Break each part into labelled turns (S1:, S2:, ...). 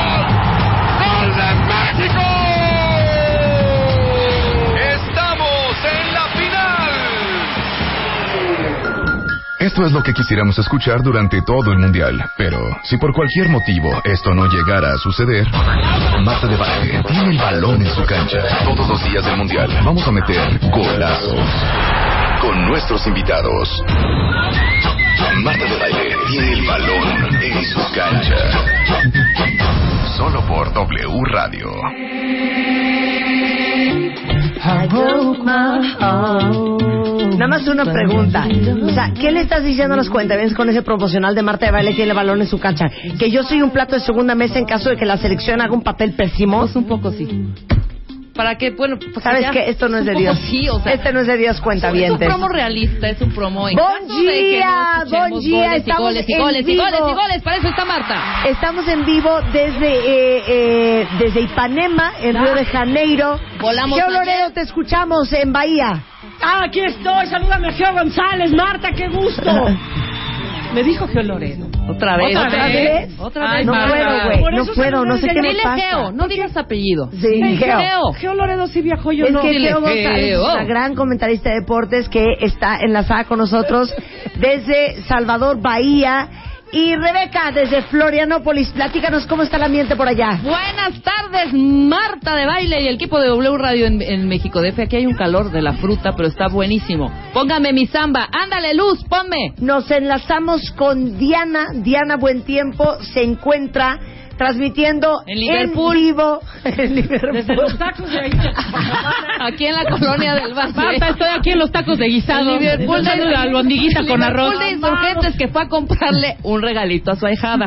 S1: ¡Gol de México! ¡Estamos en la final!
S2: Esto es lo que quisiéramos escuchar durante todo el Mundial, pero si por cualquier motivo esto no llegara a suceder, Marta de Baile tiene el balón en su cancha. Todos los días del Mundial vamos a meter golazos con nuestros invitados. Marta de Baile tiene el balón en su cancha. Solo por W Radio.
S3: Nada más una pregunta. O sea, ¿qué le estás diciendo a los cuentavientes con ese promocional de Marta de Baile que tiene el balón en su cancha? ¿Que yo soy un plato de segunda mesa en caso de que la selección haga un papel pésimo?
S4: Pues un poco sí. ¿Para qué? Bueno, pues que
S3: ¿Sabes
S4: ya-
S3: qué? Esto no es de
S4: un poco
S3: Dios.
S4: Sí, o sea,
S3: este no es de Dios,
S4: es un
S3: cuentavientes.
S4: promo realista, es un promo en
S3: Bon
S4: caso de que
S3: día,
S4: no escuchemos
S3: bon día,
S4: goles y
S3: estamos
S4: goles y
S3: en
S4: goles y
S3: vivo.
S4: goles y goles, para eso está Marta.
S3: Estamos en vivo desde eh, eh, desde Ipanema, en Río de Janeiro.
S4: Volamos
S3: Yo,
S4: ayer.
S3: Loredo, te escuchamos en Bahía.
S5: Ah, aquí estoy. Salúdame a Geo González. Marta, qué gusto. Me dijo Geo Loredo.
S4: Otra vez.
S5: ¿Otra vez?
S4: Otra
S3: Ay,
S4: vez.
S3: no
S4: Marta.
S3: puedo, güey.
S5: Por
S3: No
S5: eso
S3: puedo,
S5: se
S3: no sé
S5: me
S3: qué me
S4: Dile
S3: pasa.
S4: Geo, no digas apellido.
S3: Sí, Geo.
S4: Geo.
S5: Geo Loredo sí viajó, yo
S3: Es
S5: no.
S3: que
S4: Dile
S3: Geo González es
S4: Geo.
S3: una gran comentarista de deportes que está enlazada con nosotros desde Salvador, Bahía. Y Rebeca, desde Florianópolis, platícanos cómo está el ambiente por allá.
S4: Buenas tardes, Marta de Baile y el equipo de W Radio en, en México DF. Aquí hay un calor de la fruta, pero está buenísimo. Póngame mi samba. Ándale, Luz, ponme.
S3: Nos enlazamos con Diana. Diana Buen Tiempo se encuentra transmitiendo
S4: En Liverpool.
S3: vivo en Liverpool.
S5: Desde los tacos de ahí.
S4: Aquí en la colonia del Valle.
S5: Marta, estoy aquí en los tacos de guisado.
S4: El Liverpool de
S5: Echando la albondiguita con
S4: Liverpool
S5: arroz.
S4: de insurgentes que fue a comprarle un regalito a su ahijada.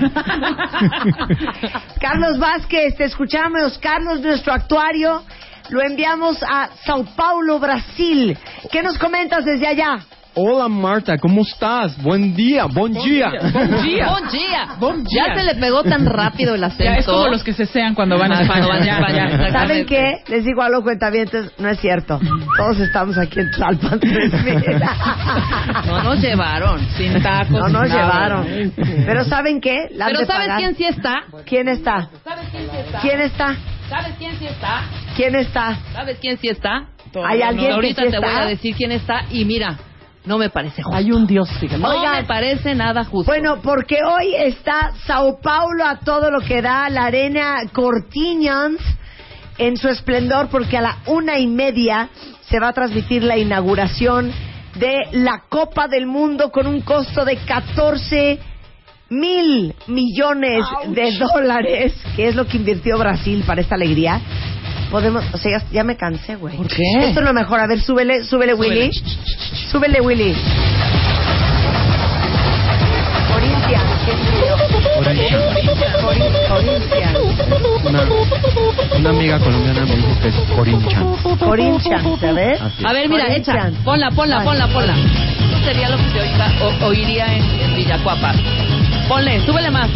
S3: Carlos Vázquez, te escuchamos. Carlos, nuestro actuario, lo enviamos a Sao Paulo, Brasil. ¿Qué nos comentas desde allá?
S6: Hola Marta, ¿cómo estás? Buen día, buen día.
S5: Buen día.
S4: Buen día.
S5: Buen día.
S4: Ya se le pegó tan rápido el acento.
S5: Ya, es como los que se sean cuando van a
S4: Ajá,
S5: España.
S4: cuando van a
S5: Ya,
S4: España,
S5: ya.
S4: exacto.
S3: ¿Saben
S4: Exactamente.
S3: qué? Les digo a los cuentavientes, no es cierto. Todos estamos aquí en Tlalpan.
S4: No nos llevaron. Sin tacos.
S3: No
S4: sin
S3: nos
S4: nada.
S3: llevaron. Pero ¿saben qué? La han
S4: Pues Pero
S3: de
S4: ¿sabes
S3: pagar.
S4: quién sí está?
S3: ¿Quién está?
S4: ¿Sabes quién sí está?
S3: ¿Quién está?
S4: ¿Sabes quién sí está?
S3: ¿Quién está?
S4: ¿Sabes quién sí está?
S3: ¿Hay alguien que
S4: Ahorita
S3: sí
S4: te
S3: está?
S4: voy a decir quién está y mira, no me parece justo.
S5: Hay un dios, fíjate.
S4: no
S3: Oigan.
S4: me parece nada justo.
S3: Bueno, porque hoy está Sao Paulo a todo lo que da la arena Cortiñans en su esplendor, porque a la una y media se va a transmitir la inauguración de la Copa del Mundo con un costo de 14 mil millones de dólares, que es lo que invirtió Brasil para esta alegría. Podemos, o sea, ya, ya me cansé, güey.
S4: ¿Por qué?
S3: Esto es lo mejor. A ver, súbele, súbele, Willy. Súbele, Willy. Corinthians, qué frío. Corinthians, Corinthians,
S6: Una, una amiga colombiana me dijo que es Corincha.
S3: Corinthians, a ver.
S6: Así.
S4: A ver, mira, echa.
S3: Corinthians.
S4: Ponla, ponla,
S3: Ay.
S4: ponla, ponla. Eso sería lo que yo iba- o- oiría en, en Villacuapa. Ponle, súbele más.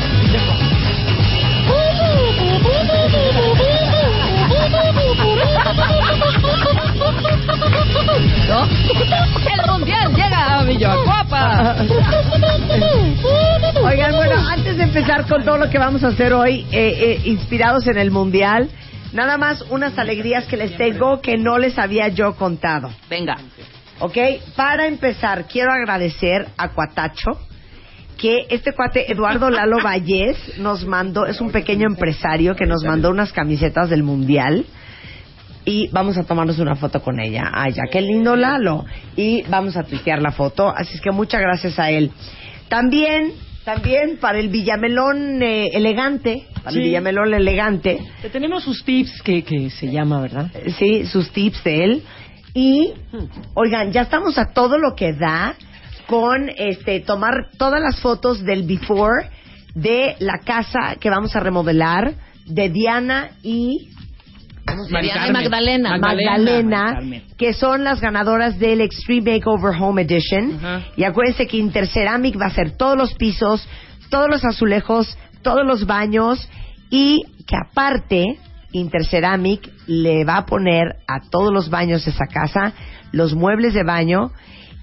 S4: ¿No? El mundial llega a Villacuapa.
S3: Oigan, bueno, antes de empezar con todo lo que vamos a hacer hoy, eh, eh, inspirados en el Mundial, nada más unas alegrías que les tengo que no les había yo contado.
S4: Venga.
S3: ¿Ok? Para empezar, quiero agradecer a Cuatacho, que este cuate Eduardo Lalo Vallés nos mandó, es un pequeño empresario que nos mandó unas camisetas del Mundial. Y vamos a tomarnos una foto con ella. Ay, ya, qué lindo Lalo. Y vamos a tuitear la foto. Así es que muchas gracias a él. También, también para el Villamelón eh, elegante, para el
S5: Sí.
S3: Villamelón elegante,
S5: Te Tenemos sus tips que, que se llama, ¿verdad?
S3: sí, sus tips de él. Y, oigan, ya estamos a todo lo que da con este tomar todas las fotos del before de la casa que vamos a remodelar de Diana y
S7: Pues
S4: Mariana y Magdalena.
S3: Magdalena, que son las ganadoras del Extreme Makeover Home Edition.
S4: Ajá.
S3: Y acuérdense que Interceramic va a hacer todos los pisos, todos los azulejos, todos los baños y que aparte Interceramic le va a poner a todos los baños de esa casa los muebles de baño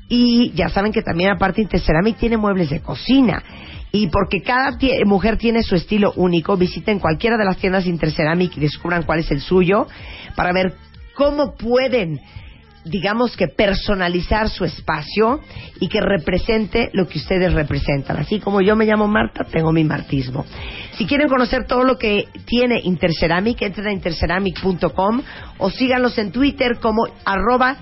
S3: y ya saben que también aparte Interceramic tiene muebles de cocina. Y porque cada tie- mujer tiene su estilo único, visiten cualquiera de las tiendas Interceramic y descubran cuál es el suyo para ver cómo pueden, digamos que personalizar su espacio y que represente lo que ustedes representan. Así como yo me llamo Marta, tengo mi martismo. Si quieren conocer todo lo que tiene Interceramic, entren a interceramic.com o síganlos en Twitter como arroba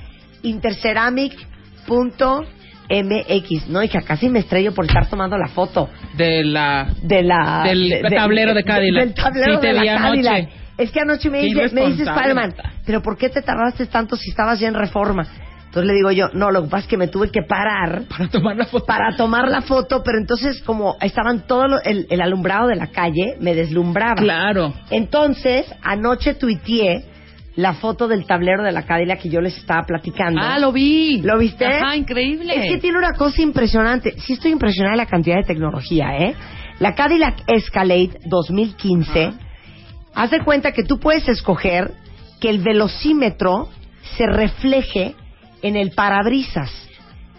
S3: interceramic.mx. No, hija, casi me estrello por estar tomando la foto
S7: de la
S3: de la
S7: Del tablero de Cadillac.
S3: del tablero
S7: Sí, te
S3: de
S7: vi
S3: la
S7: anoche.
S3: Cadillac. Es que anoche me
S7: Qué
S3: dice, me dice
S7: irresponsable.
S3: Spider-Man, pero ¿por qué te tardaste tanto si estabas ya en reforma? Entonces le digo yo, no, lo que pasa es que me tuve que parar
S7: para tomar la foto.
S3: para tomar la foto, pero entonces como estaban todo lo- el, el alumbrado de la calle, me deslumbraba.
S7: Claro.
S3: Entonces, anoche tuiteé la foto del tablero de la Cadillac que yo les estaba platicando.
S4: Ah, lo vi.
S3: ¿Lo viste?
S4: Ajá, increíble.
S3: Es que tiene una cosa impresionante. Sí estoy impresionada de la cantidad de tecnología, ¿eh? La Cadillac Escalade 2015 hace cuenta que tú puedes escoger que el velocímetro se refleje en el parabrisas.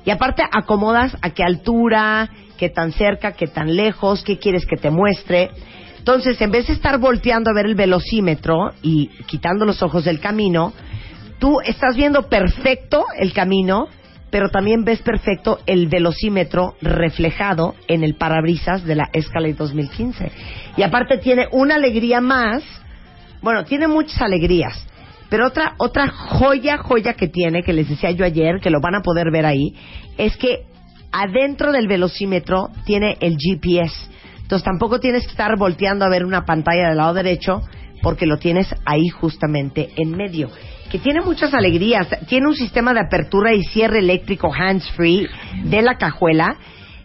S3: Y aparte acomodas a qué altura, qué tan cerca, qué tan lejos, qué quieres que te muestre. Entonces, en vez de estar volteando a ver el velocímetro y quitando los ojos del camino, tú estás viendo perfecto el camino, pero también ves perfecto el velocímetro reflejado en el parabrisas de la Escalade 2015. Y aparte tiene una alegría más, bueno, tiene muchas alegrías, pero otra otra joya joya que tiene que les decía yo ayer, que lo van a poder ver ahí, es que adentro del velocímetro tiene el GPS. Entonces tampoco tienes que estar volteando a ver una pantalla del lado derecho porque lo tienes ahí justamente en medio. Que tiene muchas alegrías. Tiene un sistema de apertura y cierre eléctrico hands-free de la cajuela.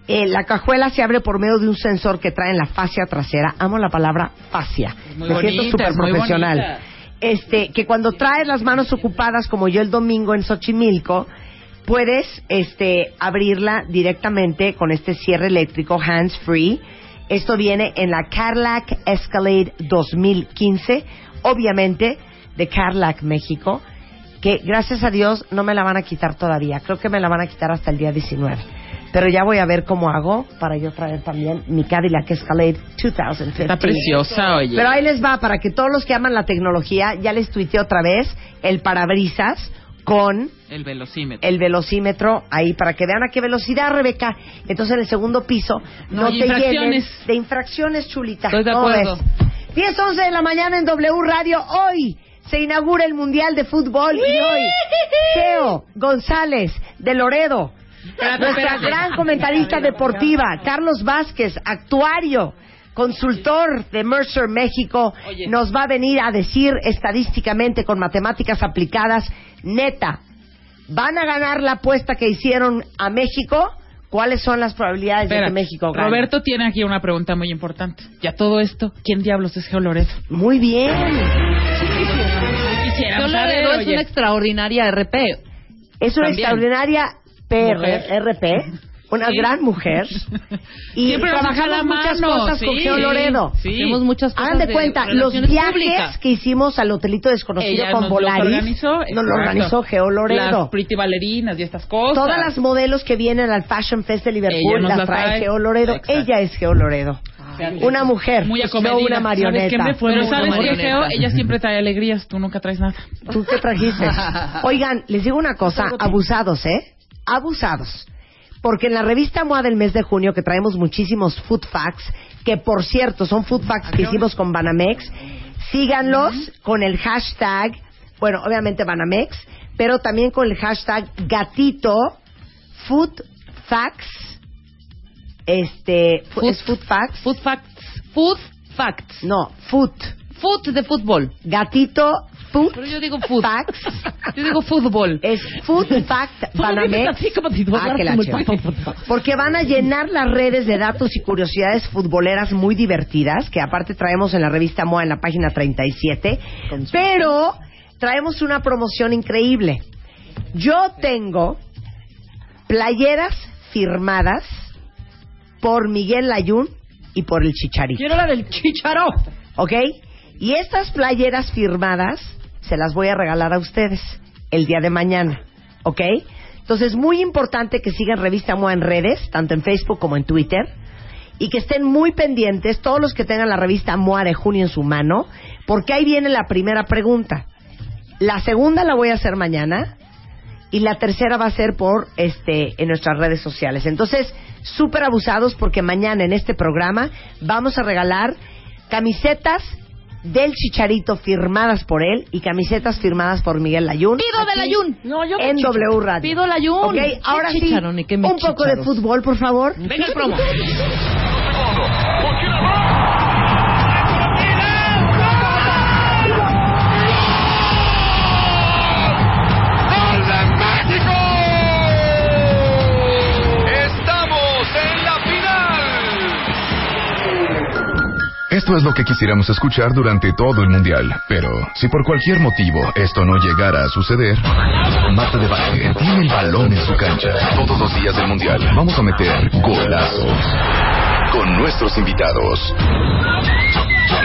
S3: Eh, la cajuela se abre por medio de un sensor que trae en la fascia trasera. Amo la palabra fascia.
S7: Muy
S3: Me siento
S7: bonitas,
S3: súper
S7: muy
S3: profesional
S7: bonitas.
S3: este, que cuando traes las manos ocupadas, como yo el domingo en Xochimilco, puedes este, abrirla directamente con este cierre eléctrico hands-free. Esto viene en la Cadillac Escalade 2015, obviamente de Cadillac México, que gracias a Dios no me la van a quitar todavía. Creo que me la van a quitar hasta el día 19. Pero ya voy a ver cómo hago para yo traer también mi Cadillac Escalade 2015.
S7: Está preciosa, oye.
S3: Pero ahí les va, para que todos los que aman la tecnología, ya les tuiteé otra vez el parabrisas con
S7: el velocímetro.
S3: el velocímetro ahí, para que vean a qué velocidad, Rebeca. Entonces en el segundo piso no,
S7: No,
S3: te
S7: y
S3: llenes
S7: infracciones.
S3: de infracciones, chulita.
S7: Estoy de
S3: ¿Cómo
S7: acuerdo.
S3: ves? 10, 11 de la mañana en W Radio. Hoy se inaugura el Mundial de Fútbol y hoy Teo González de Loredo.
S7: Espérate,
S3: Nuestra
S7: espérate.
S3: gran comentarista deportiva, Carlos Vázquez, actuario, consultor de Mercer México,
S7: Oye.
S3: nos va a venir a decir estadísticamente con matemáticas aplicadas, neta, ¿van a ganar la apuesta que hicieron a México? ¿Cuáles son las probabilidades de
S7: Espérate,
S3: que México gane?
S7: Roberto tiene aquí una pregunta muy importante. Ya todo esto, ¿quién diablos es Geo Loredo?
S3: Muy bien.
S7: Quisiera
S4: Yo
S7: saber,
S4: Loredo es
S7: oye.
S4: una extraordinaria RP.
S3: Es una
S7: También.
S3: extraordinaria PR,
S7: Mujer.
S3: RP, una gran mujer. Y
S7: Siempre nos echa
S3: trabajamos
S7: la
S3: muchas
S7: mano,
S3: cosas con
S7: sí,
S3: Geo Loredo.
S7: Sí.
S4: Hacemos muchas cosas.
S3: Hagan de cuenta, los
S4: relaciones
S3: viajes
S4: públicas.
S3: que hicimos al Hotelito Desconocido
S7: Ella
S3: con
S7: nos los
S3: Volaris,
S7: organizó.
S3: nos lo
S7: exacto.
S3: organizó Geo
S7: Las
S3: Loredo.
S7: pretty bailarinas y estas cosas.
S3: Todas las modelos que vienen al Fashion Fest de
S7: Ella
S3: Liverpool
S7: nos
S3: las
S7: las
S3: trae
S7: trae.
S3: Geo Loredo.
S7: Exacto.
S3: Ella es Geo Loredo. Una mujer,
S7: Muy
S3: no
S7: acomedida.
S3: una marioneta.
S7: ¿Sabes qué me fue?
S4: Pero
S7: Pero
S4: ¿sabes
S7: ¿sabes
S4: qué,
S7: que
S4: Geo?
S7: Geo? Ella siempre trae alegrías, tú nunca traes nada.
S3: ¿Tú qué trajiste? Oigan, les digo una cosa, abusados, ¿eh? Abusados. Porque en la revista MOA del mes de junio, que traemos muchísimos food facts, que por cierto son food facts que hicimos con Banamex, síganlos con el hashtag, bueno, obviamente Banamex, pero también con el hashtag gatito food facts, este, fu-
S4: Food-
S3: ¿es food facts?
S4: Food facts. Food facts.
S3: No, food,
S4: Food de fútbol.
S3: gatito Food
S4: Pero yo digo fútbol.
S3: Facts.
S4: Yo digo fútbol.
S3: Es Food Fact Panamé.
S5: así como si fuera
S3: Ah, que la
S5: como
S3: chingada.
S5: el papá.
S3: Porque van a llenar las redes de datos y curiosidades futboleras muy divertidas, que aparte traemos en la revista MOA en la página 37. Pero traemos una promoción increíble. Yo tengo playeras firmadas por Miguel Layún y por el Chicharito.
S5: Quiero la del chicharo.
S3: ¿Ok? Y estas playeras firmadas se las voy a regalar a ustedes el día de mañana. ¿Ok? Entonces, muy importante que sigan Revista MOA en redes, tanto en Facebook como en Twitter. Y que estén muy pendientes todos los que tengan la revista MOA de junio en su mano, porque ahí viene la primera pregunta. La segunda la voy a hacer mañana y la tercera va a ser por este en nuestras redes sociales. Entonces, súper abusados porque mañana en este programa vamos a regalar camisetas del Chicharito firmadas por él y camisetas firmadas por Miguel Layún.
S4: Pido de
S3: Aquí
S4: la Yun.
S5: No, yo
S3: en W Radio.
S4: Pido la Yun.
S3: Ok,
S4: Qué
S3: ahora sí,
S4: chicharón y qué
S3: un
S4: mis
S3: poco de
S4: chicharos.
S3: fútbol, por favor.
S4: Venga el promo.
S1: ¡Hola México! ¡Estamos en la final!
S2: Esto es lo que quisiéramos escuchar durante todo el Mundial, pero si por cualquier motivo esto no llegara a suceder, Marta de Baile tiene el balón en su cancha. Todos los días del Mundial vamos a meter golazos con nuestros invitados.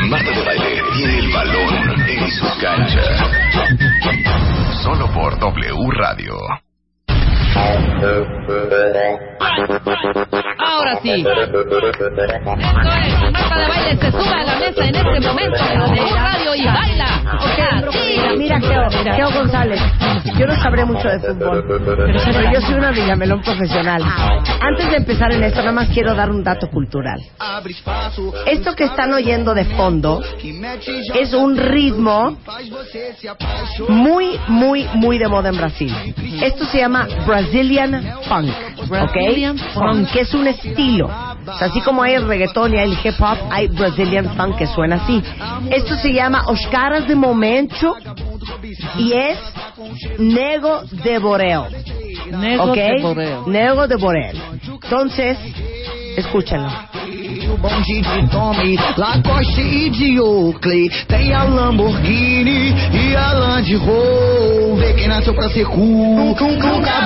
S2: Marta de Baile tiene el balón en su cancha. Solo por W Radio.
S4: Ahora sí. Esto es Marta de Baile se sube a la mesa en este momento a W Radio y baila. O sea, sí.
S3: Mira, mira, Geo, Geo González. Yo no sabré mucho de fútbol, pero yo soy una villamelón profesional. Antes de empezar en esto, nada más quiero dar un dato cultural. Esto que están oyendo de fondo es un ritmo muy, muy, muy de moda en Brasil. Esto se llama Brazilian Funk,
S4: Brazilian
S3: ¿ok?
S4: funk.
S3: que es un estilo. O sea, así como hay el reggaetón y hay el hip hop, hay Brazilian Funk que suena así. Esto se llama Os Caras de Momento y es Nego de Boreo,
S4: Negro
S3: ¿ok?
S4: de borreo.
S3: Nego de Boreo. Entonces, escúchalo.
S8: O bonde de Tommy, Lacoste e Diocle. Tem a Lamborghini e a Land Rover. Quem nasceu pra ser cool, nunca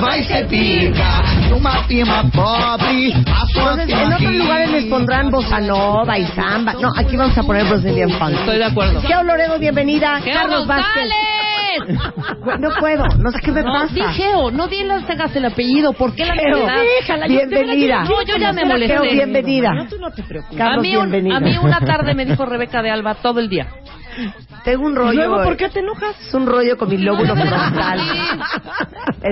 S8: vai ser pica. De uma firma pobre, a sua
S3: Entonces, en
S8: firma
S3: otros lugares les pondrán bossa nova y samba. No, aquí vamos a poner Brazilian Funk.
S4: Estoy de acuerdo.
S3: Geo Loredo, bienvenida.
S4: ¡Geo
S3: Carlos
S4: González!
S3: Vázquez. No puedo, no sé qué me
S4: No,
S3: pasa.
S4: di Geo, no di las cegas el apellido. ¿Por qué la
S3: Geo,
S4: verdad?
S3: bienvenida.
S4: No, yo ya me
S3: Geo,
S4: molesté.
S3: bienvenida.
S5: No, tú no te preocupes.
S4: A
S3: Carlos,
S4: mí, un-
S3: bienvenida.
S4: a mí una tarde me dijo Rebeca de Alba todo el día.
S3: Tengo un rollo.
S5: Luego, ¿por qué te enojas?
S3: Es un rollo con mi lóbulo
S4: No, no,
S3: frontal.
S4: sí.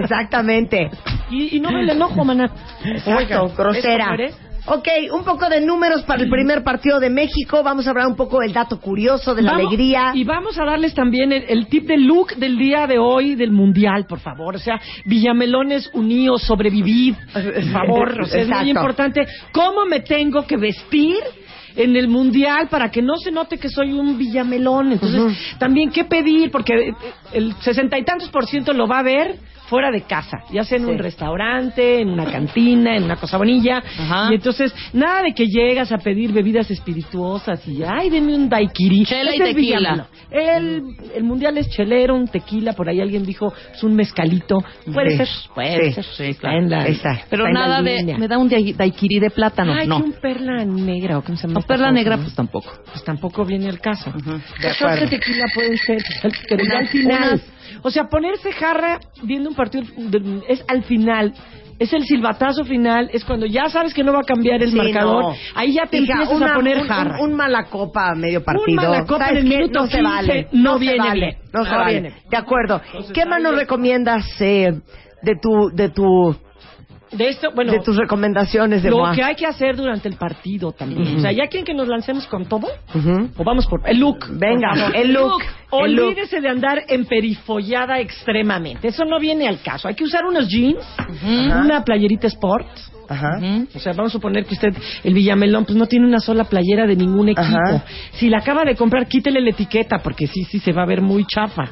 S3: Exactamente.
S5: Y, y no me el enojo, maná.
S3: Exacto,
S5: ¿eso
S3: grosera.
S5: muere?
S3: Ok, un poco de números para el primer partido de México. Vamos a hablar un poco del dato curioso, de la
S5: Vamos-
S3: alegría.
S5: Y vamos a darles también el, el tip de look del día de hoy del Mundial, por favor. O sea, Villamelones unidos, sobrevivid, por favor. O sea, es
S3: Exacto.
S5: muy importante. ¿Cómo me tengo que vestir? En el mundial, para que no se note que soy un villamelón. Entonces, también, ¿qué pedir? Porque eh, el sesenta y tantos por ciento lo va a ver fuera de casa, ya sea en un restaurante, en una cantina, en una cosa bonilla.
S4: Ajá.
S5: Y entonces, nada de que llegas a pedir bebidas espirituosas y, ay, deme un daiquiri.
S4: Chela y
S5: Ese es
S4: tequila.
S5: Villamelón. El, el mundial es chelero, un tequila, por ahí alguien dijo, es un mezcalito. Puede
S3: Sí,
S5: ser.
S3: puede
S4: ser, sí,
S5: Está
S4: claro.
S5: en la-
S3: Exacto.
S4: Pero
S5: está en la
S4: nada de.
S5: línea.
S4: Me da un dai- daiquiri de plátano.
S5: Ay,
S4: no.
S5: que un perla negra o cómo se llama
S4: No,
S5: esta
S4: perla
S5: cosa,
S4: negra,
S5: ¿no?
S4: pues tampoco.
S5: Pues tampoco viene el caso.
S3: de
S5: Creo
S3: acuerdo.
S5: que tequila puede ser, pero ya al final. O sea, ponerse jarra viendo un partido de- es al final. Es el silbatazo final, es cuando ya sabes que no va a cambiar el
S3: Sí,
S5: marcador.
S3: no.
S5: Ahí ya te
S3: Hija,
S5: empiezas
S3: una-
S5: a poner
S3: un,
S5: jarra.
S3: Un, un mala copa a medio partido.
S5: Un mala copa
S3: ¿Sabes
S5: en el
S3: qué?
S5: minuto
S3: no se
S5: 15
S3: vale.
S5: no
S3: se
S5: viene
S3: vale,
S5: bien.
S3: No se
S5: No
S3: vale.
S5: viene.
S3: De acuerdo.
S5: Entonces,
S3: ¿Qué más
S5: ahí
S3: nos
S5: es.
S3: recomiendas eh, de tu de tu
S5: de esto, bueno,
S3: de tus recomendaciones de
S5: lo
S3: Moa?
S5: que hay que hacer durante el partido también. O sea, ¿ya quieren que nos lancemos con todo?
S3: Ujú.
S5: O vamos por el look.
S3: Venga,
S5: Por favor.
S3: el look, el look.
S5: Olvídese de andar emperifollada extremadamente. Eso no viene al caso. Hay que usar unos jeans, una playerita sport,
S3: Ajá.
S4: ¿Mm?
S5: O sea, vamos a suponer que usted, el Villamelón, pues no tiene una sola playera de ningún equipo.
S3: Ajá.
S5: Si la acaba de comprar, quítele la etiqueta, porque sí, sí, se va a ver muy chafa.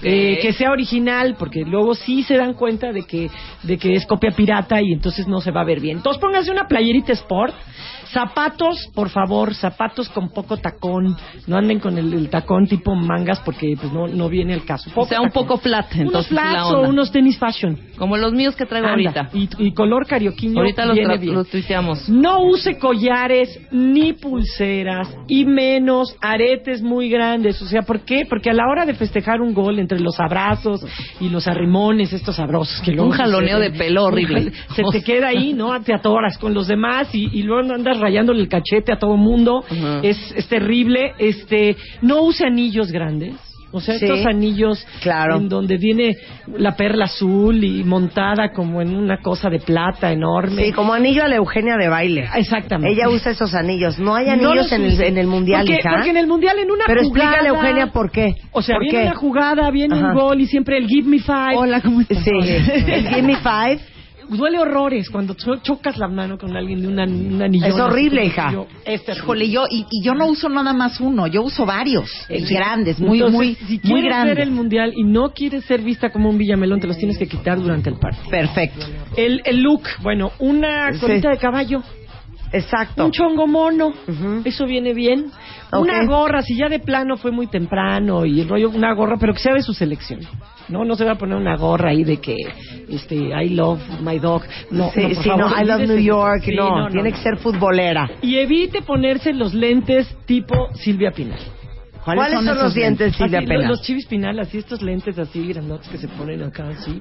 S5: Eh, que sea original, porque luego sí se dan cuenta de que, de que es copia pirata y entonces no se va a ver bien. Entonces póngase una playerita sport. Zapatos, por favor, zapatos con poco tacón. No anden con el, el tacón tipo mangas porque pues no, no viene el caso.
S4: O sea, un poco flat,
S5: unos
S4: entonces la
S5: flats o
S4: onda.
S5: unos tenis fashion.
S4: Como los míos que traigo
S5: Anda,
S4: ahorita.
S5: Y, y color carioquiño
S4: Ahorita los,
S5: viene
S4: tra-
S5: bien.
S4: los tuiteamos.
S5: No use collares ni pulseras y menos aretes muy grandes. O sea, ¿por qué? Porque a la hora de festejar un gol entre los abrazos y los arrimones, estos sabrosos que luego
S4: Un jaloneo
S5: suceden,
S4: de pelo horrible.
S5: un jal- Se te queda ahí, ¿no? Te atoras con los demás y, y luego andas rayándole el cachete a todo mundo.
S4: Ajá.
S5: es, es terrible. Este, no use anillos grandes. O sea,
S3: Sí.
S5: estos anillos
S3: Claro.
S5: en donde viene la perla azul y montada como en una cosa de plata enorme.
S3: Sí, como anillo a la Eugenia de baile.
S5: Exactamente.
S3: Ella usa esos anillos. No hay
S5: No
S3: anillos
S5: los
S3: en, el,
S5: use.
S3: en el mundial,
S5: porque,
S3: hija.
S5: Porque en el mundial en una
S3: Pero
S5: jugada...
S3: explícale, Eugenia, por qué.
S5: O sea,
S3: ¿Por
S5: viene
S3: qué?
S5: una jugada, viene
S3: Ajá.
S5: un gol y siempre el give me five.
S7: Hola, ¿cómo estás?
S3: Sí. El Give me five.
S5: Duele horrores cuando cho- chocas la mano con alguien de una, un anillo. este
S3: Es horrible, hija.
S5: Es terrible.
S9: Híjole, yo, y, y yo no uso nada más uno, yo uso varios,
S3: Eh,
S9: y
S5: Sí.
S9: grandes, muy,
S5: Entonces,
S9: muy,
S5: si
S9: muy
S5: quieres ver el
S9: grandes.
S5: mundial y no quieres ser vista como un villamelón, te los tienes que quitar durante el partido.
S9: Perfecto.
S5: El, el look, bueno, una
S3: Sí.
S5: colita de caballo,
S3: Exacto.
S5: un chongo mono,
S3: Ujú.
S5: eso viene bien.
S3: Ok.
S5: Una gorra, si ya de plano fue muy temprano y el rollo, una gorra, pero que sea de su selección. No, no se va a poner una gorra ahí de que, este, I love my dog. No,
S3: sí,
S5: no, por
S3: sí,
S5: favor,
S3: no, I love
S5: olvídese.
S3: New York.
S5: Sí,
S3: no, tiene que ser futbolera.
S5: Y evite ponerse los lentes tipo Silvia Pinal.
S3: ¿Cuáles, son, los dientes, Silvia
S5: Así,
S3: Pena?
S5: Los, los chivis Pinal, así estos lentes así grandotes que se ponen acá, así,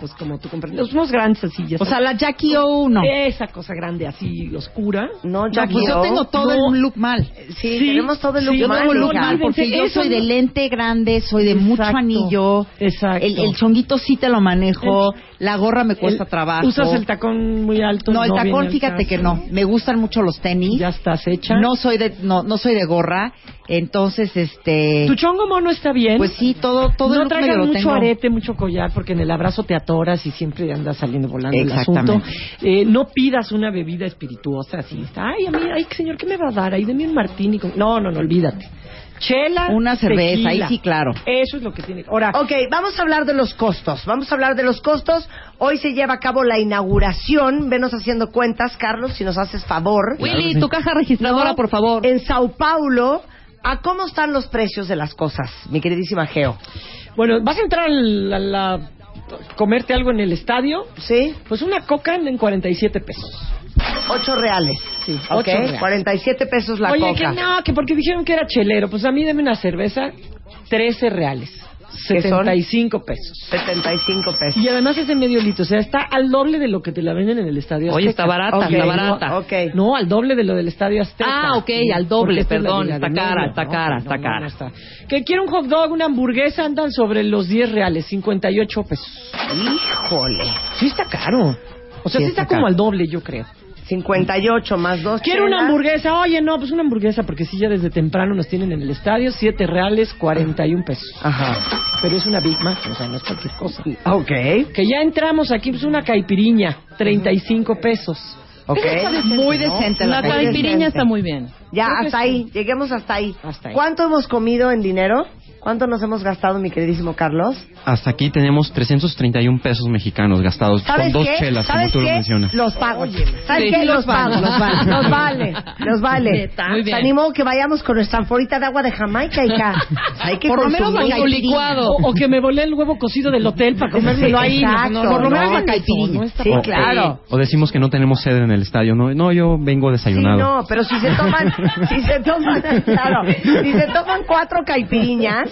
S5: pues como tú comprendes. Los unos grandes así, ya
S9: O sea,
S5: sabes.
S9: la Jackie O no.
S5: Esa cosa grande así, oscura.
S3: No,
S9: No,
S3: Jackie
S9: pues yo
S3: O.
S9: tengo todo
S5: no.
S9: el look mal.
S3: Sí,
S5: Sí,
S3: tenemos todo el look
S5: sí,
S9: Yo
S3: mal,
S9: tengo look
S3: hija.
S9: mal porque yo
S5: Eso
S9: soy de
S5: no-
S9: lente grande, soy de mucho
S5: Exacto.
S9: anillo.
S5: Exacto.
S9: El, el chonguito sí te lo manejo, la gorra me cuesta
S5: El-
S9: trabajo.
S5: Usas el tacón muy alto.
S9: No, el
S5: viene
S9: tacón,
S5: al
S9: fíjate
S5: caso.
S9: que no. Me gustan mucho los tenis.
S5: Ya estás hecha.
S9: No soy de no, no soy de gorra, entonces este
S5: Tu chongo mono está bien.
S9: pues sí, todo todo el
S5: no
S9: look medio
S5: traigas
S9: lo
S5: mucho
S9: tengo.
S5: arete, mucho collar, porque en el abrazo te atoras y siempre andas saliendo volando el
S9: Exactamente.
S5: asunto. Eh, no pidas una bebida espirituosa así. Ay, a mí, ay, señor, ¿qué me va a dar? Ahí deme un martini. Con... No, no, no, olvídate. Chela,
S9: Una cerveza,
S5: tequila.
S9: ahí sí, claro.
S5: Eso es lo que tiene. Ahora,
S3: Ok, vamos a hablar de los costos. Vamos a hablar de los costos. Hoy se lleva a cabo la inauguración. Venos haciendo cuentas, Carlos, si nos haces favor.
S4: Willy, tu caja registradora, por favor.
S3: En Sao Paulo, ¿a cómo están los precios de las cosas, mi queridísima Geo?
S5: bueno, vas a entrar al- a la, comerte algo en el estadio.
S3: ¿Sí?
S5: Pues una coca en 47 pesos.
S3: Ocho reales. Sí,
S5: ocho reales.
S3: 47 pesos la
S5: Oye,
S3: coca.
S5: que no, que porque dijeron que era chelero. Pues a mí dame una cerveza, 13 reales.
S3: ¿Qué son?
S5: 75 pesos.
S3: 75 pesos.
S5: Y además es de medio litro, o sea, está al doble de lo que te la venden en el Estadio
S4: Oye,
S5: Azteca.
S4: está barata,
S5: Ok,
S4: está barata.
S5: No,
S3: Ok.
S5: no, al doble de lo del Estadio Azteca.
S4: Ah, ok,
S5: Sí,
S4: al doble,
S5: porque esta es la
S4: perdón,
S5: liga
S4: está
S5: de
S4: cara,
S5: medio,
S4: está
S5: ¿no?
S4: cara,
S5: No,
S4: está
S5: no,
S4: cara.
S5: no está. Que quiere un hot dog, una hamburguesa, andan sobre los 10 reales, 58 pesos.
S3: Híjole.
S5: Sí está caro. O sea,
S3: Sí
S5: sí,
S3: está
S5: está,
S3: caro.
S5: como al doble, yo creo.
S3: 58 más dos.
S5: Quiero una
S3: chelas.
S5: hamburguesa. Oye, no, pues una hamburguesa, porque sí, ya desde temprano nos tienen en el estadio, 7 reales, 41 pesos.
S3: Ajá.
S5: Pero es una Big Mac, o sea, no es cualquier cosa.
S3: Ok.
S5: Que ya entramos aquí, pues una caipiriña, 35 pesos.
S3: Ok.
S9: Muy decente la
S4: La
S9: cosa.
S4: caipiriña está muy bien.
S3: Ya,
S5: Creo que
S3: hasta
S5: sí.
S3: ahí. Lleguemos hasta ahí.
S5: Hasta ahí.
S3: ¿Cuánto hemos comido en dinero? ¿Cuánto nos hemos gastado, mi queridísimo Carlos?
S6: Hasta aquí tenemos 331 pesos mexicanos gastados con
S3: ¿Sabes
S6: dos
S3: qué?
S6: chelas, como
S3: ¿Sabes
S6: tú lo
S3: qué?
S6: mencionas.
S3: Los pago. ¿Sabes
S4: Sí.
S3: qué?
S4: Sí,
S3: Los
S4: los
S3: pago.
S4: pago.
S3: Los vale. Los vale. Los vale.
S4: Neta. Muy
S3: Te
S4: bien.
S3: animo a que vayamos con nuestra alforita de agua de Jamaica, hija. Hay que
S4: Por lo menos
S3: consumir.
S4: con tu licuado.
S5: O, o que me volé el huevo cocido del hotel para comérmelo
S3: Sí,
S5: ahí.
S3: exacto,
S5: no, no, no, no me
S3: no,
S5: hagan eso,
S3: caipirinha.
S5: no está
S3: Sí,
S5: padre.
S3: claro.
S6: O decimos que no tenemos sede en el estadio. No, no yo vengo
S3: Sí,
S6: desayunado.
S3: no, pero si se toman, si se toman, claro, si se toman cuatro caipiriñas,